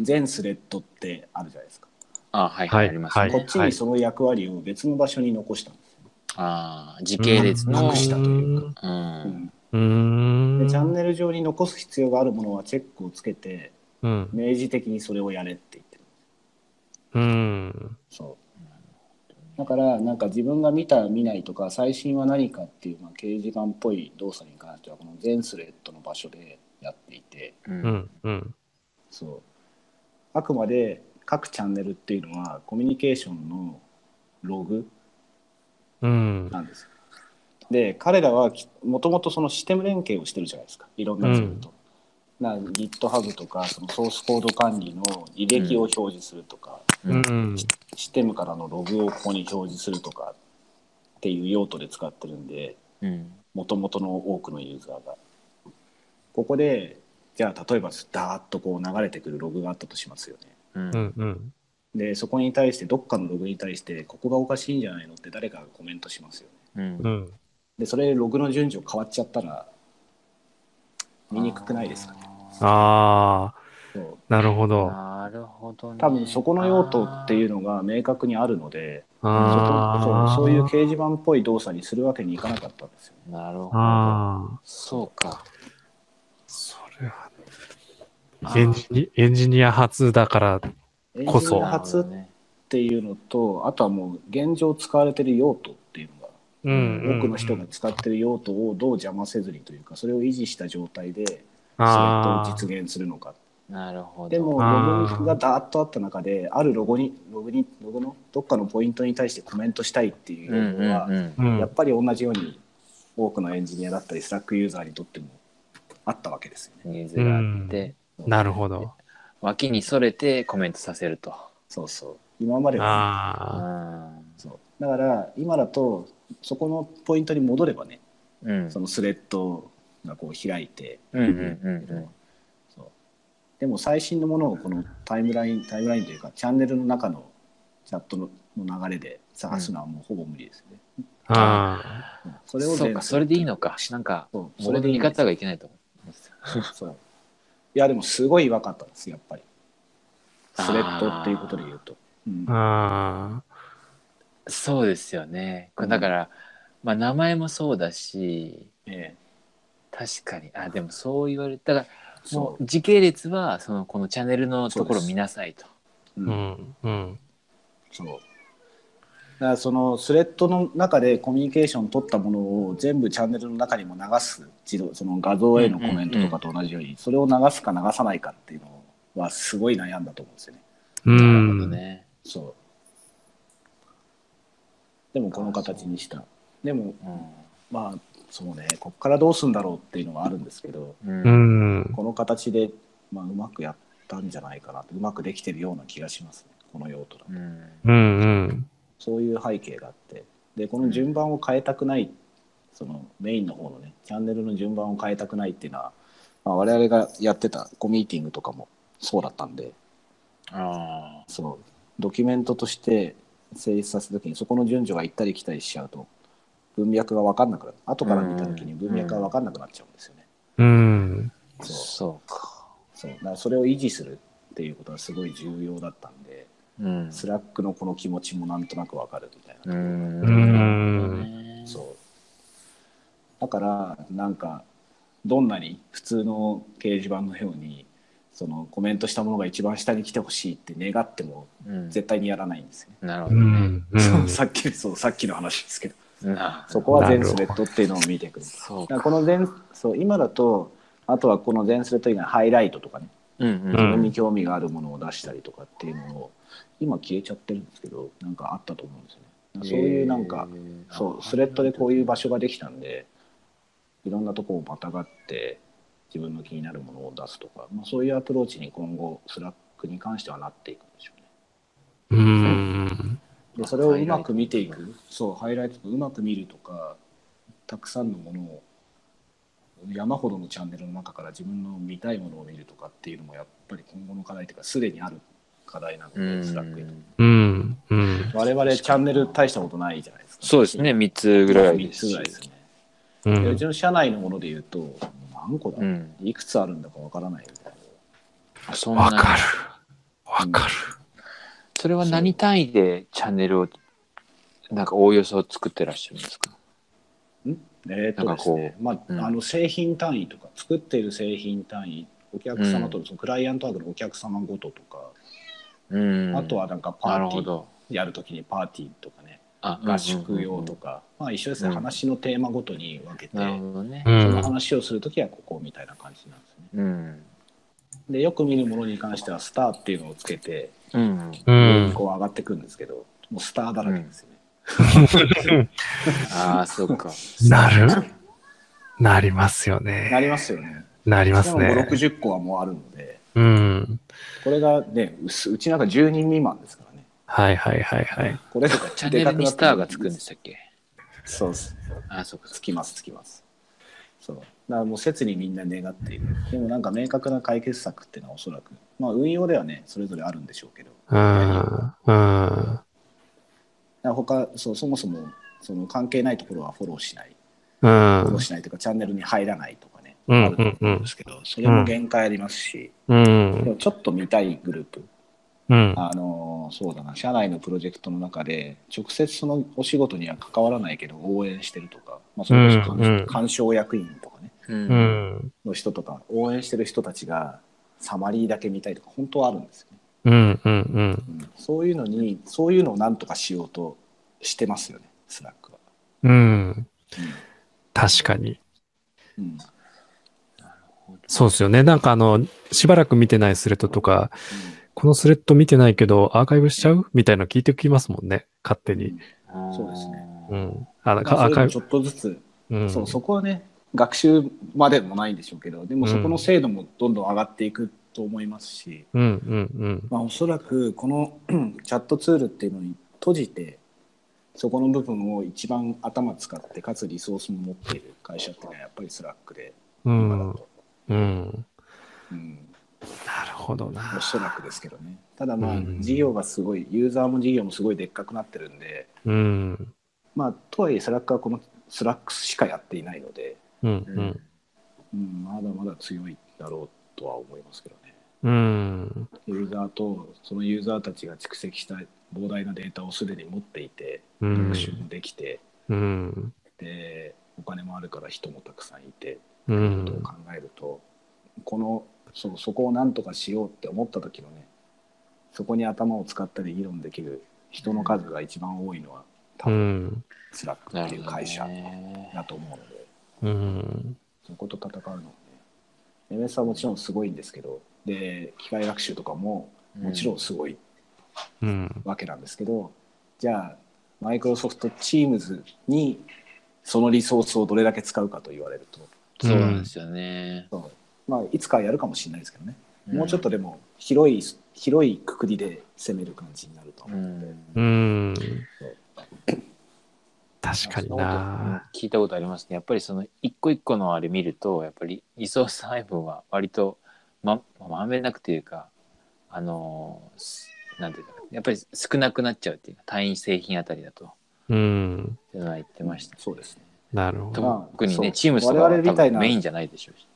全スレッドってあるじゃないですか。
あ、はい
は
はいい。ありますね。
は
こ
い
っちにその役割を別の場所に残したんですよ。
ああ、時系列の。
なくしたという
か。
う。
うんん
うーん。
でチャンネル上に残す必要があるものはチェックをつけて
うん。
明示的にそれをやれって言ってる。
うん。
そだからなんか自分が見た見ないとか最新は何かっていう、まあ、掲示板っぽい動作に関してはこの全スレッドの場所でやっていて
う
う。ん、うん。
そうあくまで各チャンネルっていうのはコミュニケーションのログ
うん。
なんですよで彼らはもともとそのシステム連携をしてるじゃないですかいろんなツールと、な GitHub とかそのソースコード管理の履歴を表示するとか、
うん。
システムからのログをここに表示するとかっていう用途で使ってるんで
うん。
もともとの多くのユーザーがここでじゃあ例えばダーッとこう流れてくるログがあったとしますよね
う。
うんん。うん。
でそこに対してどっかのログに対してここがおかしいんじゃないのって誰かがコメントしますよね
うん
う。ん。
でそれログの順序変わっちゃったら見にくくないですかね
ああ、
そう
なるほど。
なるほどね。
多分そこの用途っていうのが明確にあるのでそ
あ
こ
あ。
そうそういう掲示板っぽい動作にするわけにいかなかったんですよね
なるほど。
ああ。
そうか。
それは、
あー
エンジニエンジニア初だから、
エン
こ
ジ
そ
ン発っていうのとあとはもう現状使われてる用途っていうのが
うんうん。
多くの人が使ってる用途をどう邪魔せずにというかそれを維持した状態でそれ
あ
を
あ
実現するのか
なるほど。
でも
あー
ログがダーッとあった中であるロゴにログにロゴのどっかのポイントに対してコメントしたいっていう
うん
要
う
望
ん
は、
うん。
うん
やっぱり同じように多くのエンジニアだったりスラックユーザーにとってもあったわけですよね。
ニーズがあって、
なるほど。
脇にそれてコメントさせると。
そうそう今までは
う
ああ。
ん。
そうだから今だとそこのポイントに戻ればね
うん。
そのスレッドがこう開いて
うんうんうん
そうでも最新のものをこのタイムラインタイムラインというかチャンネルの中のチャットのの流れで探すのはもうほぼ無理ですね。
あ
うんそ
うん。
れを
そう
全
か、
部
それでいいのか。なんか、
そう
それで見方がいけないと思う。
そういやでもすごい違和感あったんですやっぱりスレッドっていうことで言うと、うん
あ。あ
そうですよね。こ
う
れ
ん
だから、まあ名前もそうだし、
ええ
確かに。あ、でもそう言われたら、も
そう
時系列は、その、このチャンネルのところを見なさいと。
う、うん
あ。うん。うん。
そうだからそのスレッドの中でコミュニケーション取ったものを全部チャンネルの中にも流す自動その画像へのコメントとかと同じように、それを流すか流さないかっていうのはすごい悩んだと思うんですよね
う
なるほど
ん。
ね。
そうでもこの形にしたでも
う
まあそうねこっからどうするんだろうっていうのはあるんですけど
う
ん。うん
ん。
この形で、まあ、うまくやったんじゃないかなってうまくできてるような気がしますねこの用途だと
うん
うん。うん。
そういう背景があってでこの順番を変えたくないそのメインの方のねチャンネルの順番を変えたくないっていうのは、まあ、我々がやってたコミーティングとかもそうだったんで
あ
そうドキュメントとして成立させた時にそこの順序が行ったり来たりしちゃうと文脈が分かんなくなる後から見た時に文脈が分かんなくなっちゃうんですよね。
うん。
あ、
そう
そうか。
そうだからそれを維持するっていうことはすごい重要だったんで、
うん。
スラックのこの気持ちもなんとなくわかるみたいな、
うん
うん
そうだからなんかどんなに普通の掲示板のようにそのコメントしたものが一番下に来てほしいって願っても
うん
絶対にやらないんですよね、
なるほ
う
どね。
ん。うん
さっきそうさっきの話ですけど
な
そこは全スレッドっていうのを見ていくるだ
そ
か
うか。
らこの全そう今だとあとはこの全スレッド以外のハイライトとかね
うん
う
自
ん
分に興味があるものを出したりとかっていうのを今消えちゃってるんですけどなんかあったと思うんですよねそういうなんか、、そうスレッドでこういう場所ができたんでいろんなとこをまたがって自分の気になるものを出すとか、まあ、そういうアプローチに今後スラックに関してはなっていくんでしょうね
うん。
でそれをうまく見ていくそうハイライトとうまく見るとかたくさんのものを山ほどのチャンネルの中から自分の見たいものを見るとかっていうのもやっぱり今後の課題というかすでにある課題なの
う
でスラックに
ん。
うん。うん。
我々チャンネル大したことないじゃないですか
そうですね、3つぐらい
3
で
つ
す
ぐらいですね
う
でうんちの社内のもので言うと何個だ、
うん。
いくつあるんだかわからないみたいな
そん
わか
な、
る。わかる。
それは何単位でチャンネルを、なんかおおよそ作ってらっしゃるんですか
えーと
なん
で
か
す
こう
ね、まあ、
うん
あの製品単位とか、作っている製品単位、お客様との、そのクライアントワークのお客様ごととか、
うん。
あとは、なんかパ
なる
ーテ
ほ
ィー
ど。
やるときにパーティーとかね、
あ
合宿用とか、まあ、一緒ですね、
うん
話のテーマごとに分けて、
なるほどね
う。ん
その話をするときはここみたいな感じなんですね。
うん。
でよく見るものに関してはスターっていうのをつけて、
うん。
うん。
こう上がってくるんですけどもうスターだらけですよね。
ああ、そ うか。
なるなりますよ
な
ね。
りますよね。
なり
し
ます
かも5、
ね。
60個はもうあるので、
うん。
これがね、うすうちなんか10人未満ですからね。
はいはいはいはい。
これ
チャンネルにスターがつくんで
よ。
したっけ
そうです。
ああ、そうか。
つきます、つきます。そう。だからもう切にみんな願っている。でもなんか明確な解決策っていうのはおそらく、まあ運用ではね、それぞれあるんでしょうけど、
うん。うん。
だから他そうそもそもその関係ないところはフォローしない、
う
フォロー
ん。
しないというか、チャンネルに入らないとかね、
うん
あると思うんですけど、それも限界ありますし、
うん
で。もちょっと見たいグループ、
うん。
あのーそうだな社内のプロジェクトの中で直接そのお仕事には関わらないけど応援してるとか、まあ、それこそ
うんうん
鑑賞役員とかね
う。
うんん。
の人とか応援してる人たちがサマリーだけ見たいとか本当はあるんですよね、
うん。うん。
うんそういうのにそういうのをなんとかしようとしてますよねスラックは、
うん。確かに。
うんうん
そうですよね。なんかあの、しばらく見てないスレッドとか、このスレッド見てないけど、アーカイブしちゃうみたいなの聞いてきますもんね。勝手に。
そうですね
う。ん。あ、なん
ま
か
あ
ア
そういう
ーカイ
の
ブ
ちょ。っとずつ、
うん
そうそこはね学習までもないんでしょうけどでもそこの精度もどんどん上がっていくと思いますし、
うんうん
まあ、おそらくこの チャットツールっていうのに閉じてそこの部分を一番頭使ってかつリソースも持っている会社っていうのはやっぱりスラックで
う
今だ
ん。
と、
うん。うん。
うん
なるほどな
お。そらくですけどねただまあ
うん
事業がすごいユーザーも事業もすごいでっかくなってるんで
うん。
まあとはいえスラックはこのスラックしかやっていないので、
うん
う
うん
ん。
うん、まだまだ強いだろうとは思いますけどね
うん。
ユーザーとそのユーザーたちが蓄積した膨大なデータをすでに持っていて
うん
学習もできて、
うん。
でお金もあるから人もたくさんいて
う
ということを
ん。
考えると、このそうそこをなんとかしようって思った時のねそこに頭を使ったり議論できる人の数が一番多いのは多
う
分
ん。
スラック
な
って
る
いう
ほどね
会社だと思うので、
うん。
そこと戦うのはね MS はもちろんすごいんですけどで機械学習とかももちろんすごい
うん。
わけなんですけど、じゃあマイクロソフト Teams にそのリソースをどれだけ使うかと言われると
そうなんですよね。
そうまあ、いつかやるかもしれないですけどね、
ん
もうちょっと。でも広い広いくくりで攻める感じになると
う
思うので、
ん。
うん。確かにな。
聞いたことありますね。やっぱりその一個一個のあれ見ると、やっぱりリソース配分は割とままんべんなくというか、あのーすなんていうか、やっぱり少なくなっちゃうっていうか、単位製品あたりだと、
うん。
っていうのは言ってました。
そうですね
なるほど。
まあ
特に
そ
ね、
う
チームとか
我
は
々みたい
多分
な
メインじゃないでしょうし。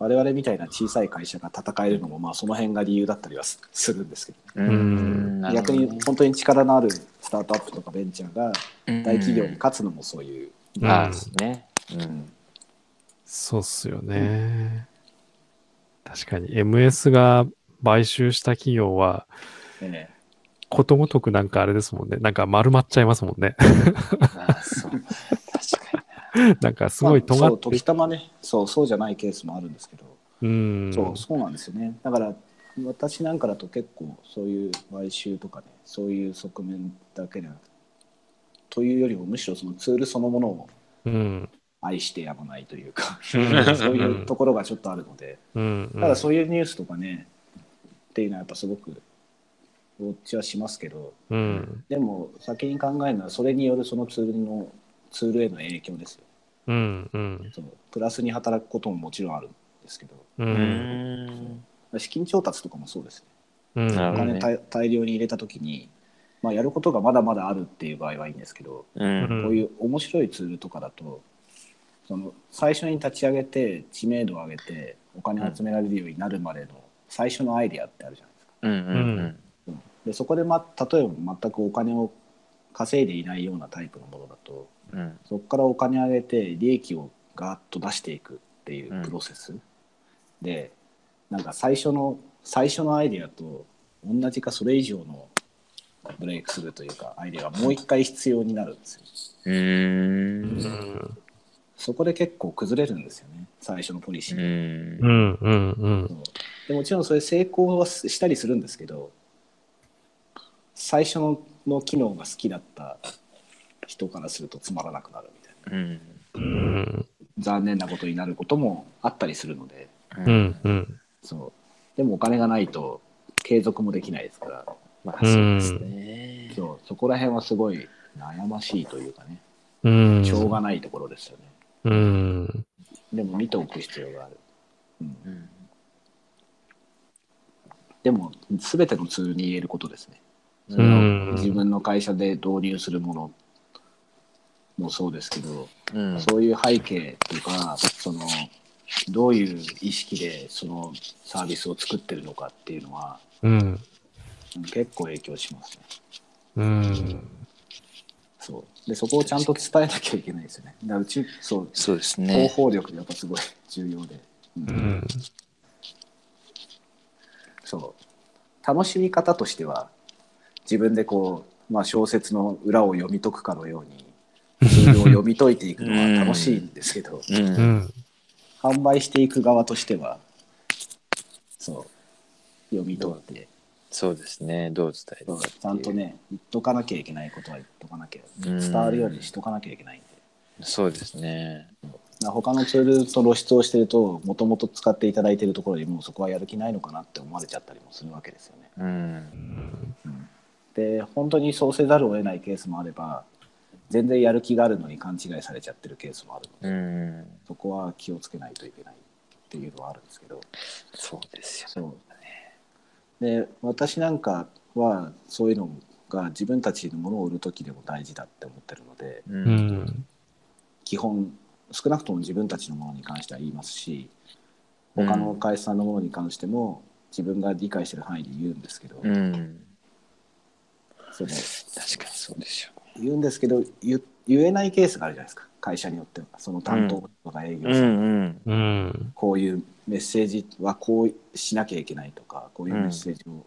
我々みたいな小さい会社が戦えるのも、まあ、その辺が理由だったりはすするんですけど,、
うんなるほ
逆
どね
に本当に力のあるスタートアップとかベンチャーが大企業に勝つのもそういう、
うん
ああ、そうね。
う
う
ん
ん。
そうっすよね。確かに MS が買収した企業は、
ええ
ことごとくなんかあれですもんね。なんか丸まっちゃいますもんね。
ああ、そう。確かに。
なんかすごい
まあ
尖
そ
っ
う
て
時たまねそうそうじゃないケースもあるんですけど、
うん。
そうそうなんですよねだから私なんかだと結構そういう買収とかねそういう側面だけではなくというよりもむしろそのツールそのものを
うん。
愛してやまないというか
う
そうんいうところがちょっとあるので
うん。
ただそういうニュースとかねっていうのはやっぱすごくウォッチはしますけど
うん。
でも先に考えるのはそれによるそのツールのツールへの影響ですよ
うん。うん。
そのプラスに働くことももちろんあるんですけど
う。
うんん。
資金調達とかもそうですね
うん。
な
お
るほど
金
ね
大大量に入れた時に、まあ、やることがまだまだあるっていう場合はいいんですけど、
うん。
こういう面白いツールとかだとその最初に立ち上げて知名度を上げてお金を集められるようになるまでの最初のアイディアってあるじゃないですか。
うん。うん。
うんでそこで、ま、例えば全くお金を稼いでいないようなタイプのものだと
うん。
そこからお金上げて利益をガーッと出していくっていうプロセス、でなんか最初の最初のアイデアと同じかそれ以上のブレイクするというかアイデアがもう一回必要になるんですよ
うーん。
そこで結構崩れるんですよね最初のポリシ
う
ー、
ん
う。んうんうん。
そうでもちろんそれ成功はしたりするんですけど最初のの機能が好きだった人からするとつまらなくなるみたいな
うん。
うん
残念なことになることもあったりするので
う
うんん。
うん。
そうでもお金がないと継続もできないですから
まあ、そうですね。
そうそこら辺はすごい悩ましいというかね
うん。
しょうがないところですよね、
うん。
でも見ておく必要がある、うん、
うん
でも全てのツールに言えることですねそれ
うん
を自分の会社で導入するものもそうですけど、
うん。
そういう背景とかそのどういう意識でそのサービスを作ってるのかっていうのは
うん。
うん結構影響しますね
うん。
そうでそこをちゃんと伝えなきゃいけないですよねだからうちそう
そうです
広
ね。
報力がやっぱすごい重要で、うん
うん。
そう楽しみ方としては自分でこう、まあ、小説の裏を読み解くかのようにツールを読み解いていくのは楽しいんですけど、
う。
うんん。
販売していく側としてはそう読み解いて
そうですね。どう伝える
そ
かっ
う
ていう
ちゃんと。ね言っとかなきゃいけないことは言っとかなきゃ
うん
伝わるようにしとかなきゃいけないんで。
そうですね。
だから他のツールと露出をしてるともともと使っていただいてるところにもうそこはやる気ないのかなって思われちゃったりもするわけですよね。
うん。
で本当にそうせざるを得ないケースもあれば全然やる気があるのに勘違いされちゃってるケースもあるので、
うん。
そこは気をつけないといけないっていうのはあるんですけど
そうですよ。
そうで私なんかはそういうのが自分たちのものを売る時でも大事だって思ってるので
う
う。ん。
基本少なくとも自分たちのものに関しては言いますし
うん
他の会社さんのものに関しても自分が理解してる範囲で言うんですけど、
うん。
その
確かにそうですよ。
言うんですけど言言えないケースがあるじゃないですか会社によってはその担当とか営業
う
さん、
ん
うん。
こういうメッセージはこうしなきゃいけないとかこういうメッセージを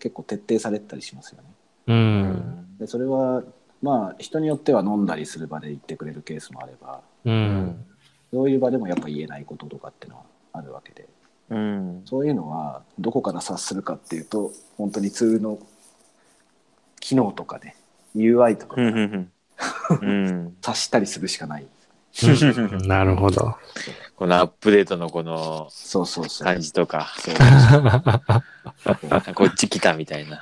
結構徹底されてたりしますよね。
う。
うんん。
でそれはまあ人によっては飲んだりする場で言ってくれるケースもあれば
う。
うんん。
そういう場でもやっぱ言えないこととかっていうのはあるわけで
うん。
そういうのはどこから察するかっていうと本当にツールの機能とかね UI とか
う
から
ん。うん。
察したりするしかない。
なるほど。
このアップデートのこの
そうそうそう。
感じとか、
そう
こっち来たみたいな。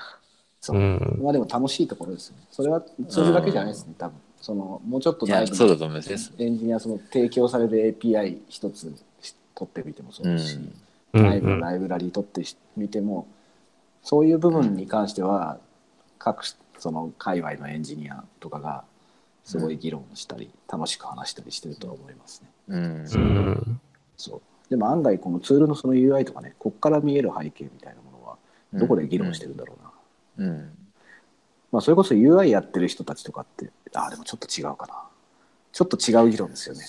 そう う。
ん。
まあでも楽しいところですよね。それはそれだけじゃないですね、多分。そのもうちょっと
いや、
内部の
そうだと思いますよ。
エンジニアその提供される API 一つし取ってみてもそうですし、
うん
内部のライブラリ取ってしみても、そういう部分に関しては各その界隈のエンジニアとかがすごい議論したり、楽しく話したりしてるとは思いますね。
うん。
うん。
そう。でも案外このツールのその UI とかね、こっから見える背景みたいなものはどこで議論してるんだろうな。
うん。
まあ、それこそ UI やってる人たちとかってああでもちょっと違うかなちょっと違う議論ですよね、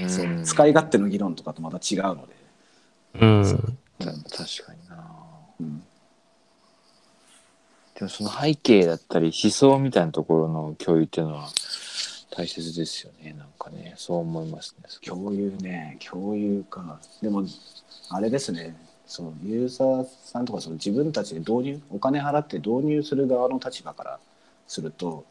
う ん。
そう
うん
使い勝手の議論とかとまた違うので、
うん。
た確かにな。
うん
でもその背景だったり思想みたいなところの共有っていうのは大切ですよね。なんかね、そう思いますね。
共有ね共有かでもあれですねそうユーザーさんとかその自分たちで導入お金払って導入する側の立場からすると、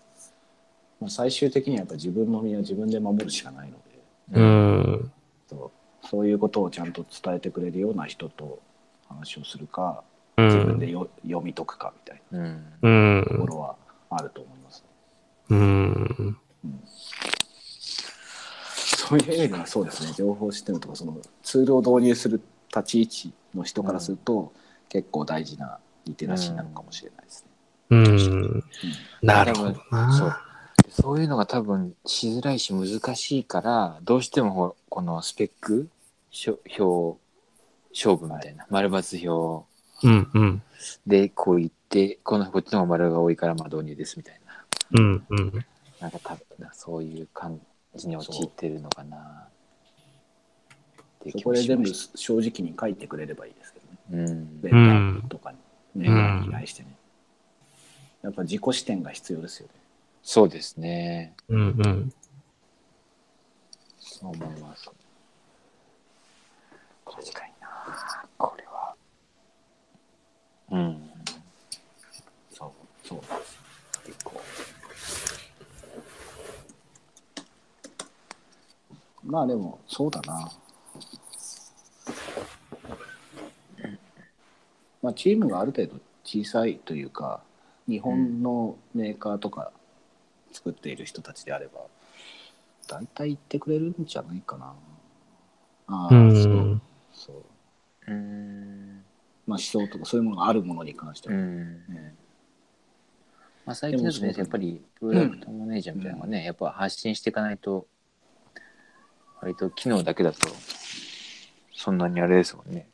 まあ、最終的にはやっぱ自分の身は自分で守るしかないので
うん。
そうそういうことをちゃんと伝えてくれるような人と話をするか
う
自分で
ん。
よ、読み解くかみたいな。
うん。
うん
ところはあると思います、
うん。
そういう意味ではそうですね情報システムとかそのツールを導入する立ち位置の人からすると、結構大事なリテラシーなのかもしれないですね。
うん。なるほど
そう
な。
でそういうのが多分しづらいし難しいからどうしてもほこのスペックしょ表勝負みたいな丸×表
うんうん。
でこう言ってこのこっちの方が丸が多いからまあ導入ですみたい
う
な
んうん。
なんか多分そういう感じに陥ってるのかなっていう
そ
気
こ
も
で
し
全
ま
部
し
正直に書いてくれればいいですけどね
た。うん
データとかに、メー
うん
カーに依頼してね。やっぱ自己視点が必要ですよね。
そうですね。
うんうん。
そう思います。
確かになこれは
うん。
そう、そう。
結構
まあでも、そうだな。まあ、チームがある程度小さいというか、日本のメーカーとか作っている人たちであれば、大体言ってくれるんじゃないかな。ああ、
うん
そう。そう。
うん。
まあ、思想とかそういうものがあるものに関して
う
は。
ん。
ね
まあ、最近だと
でもそうだ
ね、
ね
やっぱりプロダクトマネージャーみたいなのがね、やっぱ発信していかないと、割と機能だけだと、そんなにあれですもんね。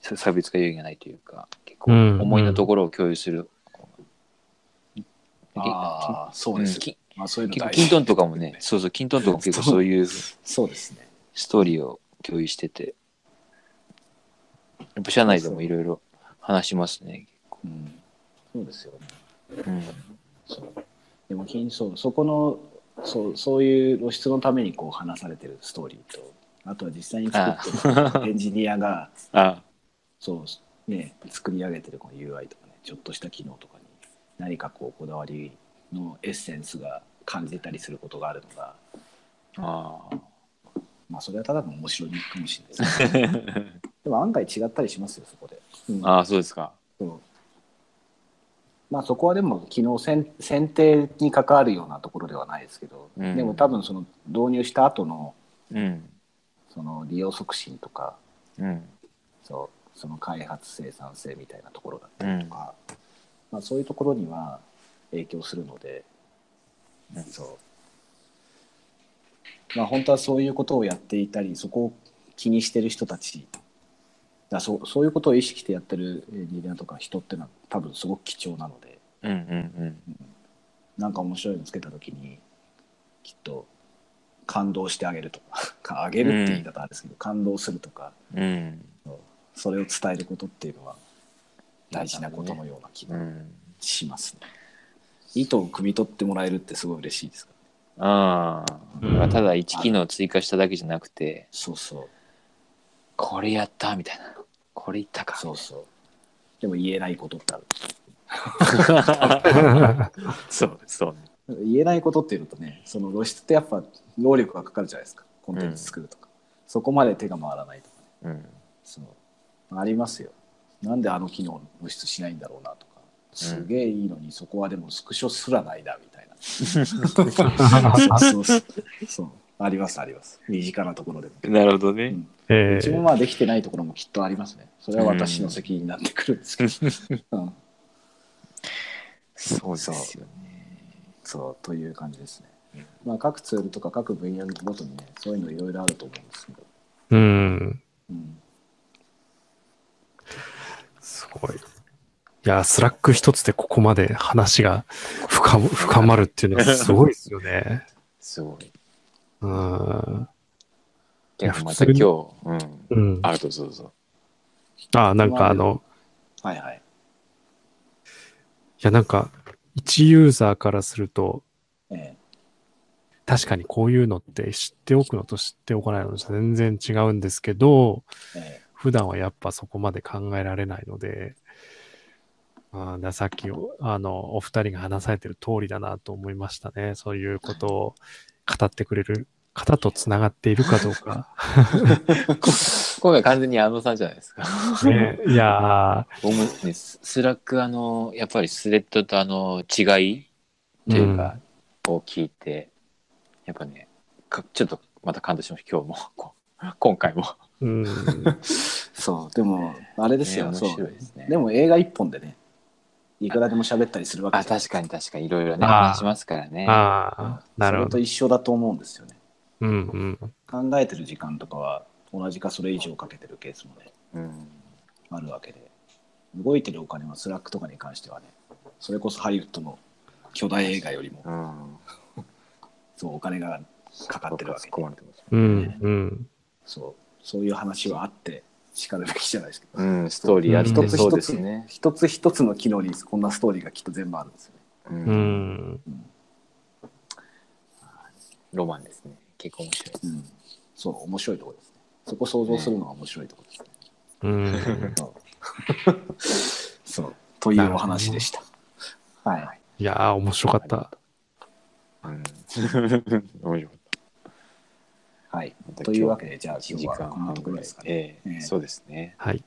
さ差別化有意義がないというか、結構
うん
思いのところを共有する。
ああ、そう
う
で
ん
す。
き
まあ、そういうの
結構、
大
キン
事。
トンとかもね、そうそう、キントンとかも結構そういうス
そうですね。
トーリーを共有してて、やっぱ社内でもいろいろ話しますね。
うん。そうですよね。
うん。
でも金そうそこのそうそういう露出のためにこう話されてるストーリーとあとは実際に
あ
作って るエンジニアが
あ、
そう、ね、作り上げてるこの UI とかねちょっとした機能とかに何かこうこだわりのエッセンスが感じたりすることがあるのが、
ああ。
まあ、それはただの面白いかもしれないです でも案外違ったりしますよそこで。うん
ああ、そうですか。
そうまあそこはでも機能選選定に関わるようなところではないですけど、
うん
でも多分その導入した後の
うん。
その利用促進とか
うん。
そうその開発生産性みたいなところだったりとか、まあ、そういうところには影響するので、
うん
そうまあ本当はそういうことをやっていたりそこを気にしてる人たちだそうそういうことを意識してやってるエンジニアとか人ってのは多分すごく貴重なので
うんうん
なんか面白いのつけた時にきっと感動してあげるとか かあげるって言い方あれですけど、感動するとか
うん。うん。
それを伝えることっていうのは大事なことのような気
う
が
ん。
しますね。意図を汲み取ってもらえるってすごい嬉しいですからね
あ
う
あ、
ん
ただ1機能追加しただけじゃなくて、
そうそう
これやったみたいな。これいったか。
そうそう。でも言えないことってある。
そうそう。
言えないことっていうのとねその露出ってやっぱ能力がかかるじゃないですかコンテンツ作るとか、そこまで手が回らないとかね
うん。
そうありますよ。なんであの機能露出しないんだろうなとかすげえいいのにそこはでもスクショすらないなみたい な。そうそうそうありますあります身近なところでも。
なるほど
う
ね
ん。
え
自分
ー
はできてないところもきっとありますね。それは私の責任になってくるんですけど。うん、
そうですよね。
そうという感じですね。まあ、各ツールとか各分野ごとにね、そういうのいろいろあると思うんですけど。
うん。
うん、
すごい。いや、スラック一つでここまで話が深む深まるっていうのはすごいですよね。
すごい。
うん。いや
逆にまた
普通
今
に
日、うん。
うん、
あるとそうぞ
あ、なんかあの、
はいはい。
いや、なんか、一ユーザーからすると、
ええ
確かにこういうのって知っておくのと知っておかないのと全然違うんですけど、
え
普段はやっぱそこまで考えられないので、あーださっきおあのお二人が話されてる通りだなと思いましたね。そういうことを語ってくれる方とつながっているかどうか。
今回完全にあのさんじゃないですか。
ね、いや
僕もね、ススラック、あの、やっぱりスレッドとあの、違い
ー
というか、を聞いて、やっぱね、かちょっとまた感動しました、今日も、 こ今回も。
うん、うん
そう、でも、あれですよ、
ね面
そ。
白いうですね。
でも映画一本でね、いくらでも喋ったりするわけ
あ、
じゃん
確かに確かに、いろいろね、
あー
話しますからね。
ああ、なるほ
そ
ど
れと。一緒だと思うんですよね。
うんうん。
考えてる時間とかは、同じかそれ以上かけてるケースもね、
うん。
あるわけで。動いてるお金はスラックとかに関してはね、それこそハリウッドの巨大映画よりも、
うん。
そうお金がかかってるわけ
突っ込
で
まれてます
うんうん。
そうそういう話はあってしかるべきじゃないですけど、
うん、ストーリーあって
うん
そうですね。
一つ一つの機能にこんなストーリーがきっと全部あるんですよね。
う、
うんん。
ロマンですね。結構面白い。
うん、そう、面白いところですね。そこ想像するのが面白いところですね。
うん。
そう、というお話でした。はい。
いやー、面白かった。
うん、 面白かっ
はい。
た。
というわけで、じゃあ
1
今
時
日は
間
こんな
半
とこ
ぐ
ろ
ら
で
いです
す
か
かね。
ね。え
ええ
えそうですね。
はい。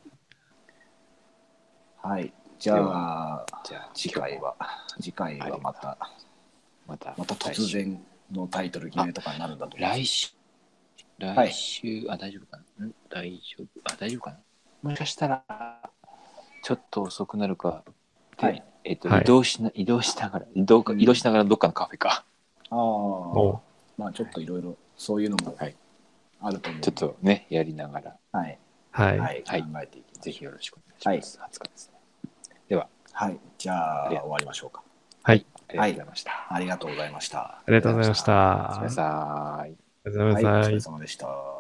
はい。じゃあ、
じゃあ、
次回は、次回はまた、
また、
また突然のタイトル決めとかになるんだと思います
来週。
はい
来週、あ、大丈夫かなん大丈夫。あ、大丈夫かなもしかしたら、ちょっと遅くなるか。で
はい
えっと、
はい
移動しな、移動しながら、移動か、移動しながらどっかのカフェか。
あ
お
あ
う、
まあちょっといろいろ、そういうのも
はい
あると思う。
ちょっとね、やりながら、
はい。
はい。
はい。考
は
え
い
ていきま
ぜ
し
ひ
ょう。
よろしくお願いします。20日ですね。
はい。じゃあ、
あり
終
が
わりましょうか。
ありがとうございました。
ありがとうございました。
ありがとうございまし。た。
お
あ
やすみなさい。
りがとうござい
はい、お
ま
疲
す
れ。様でした。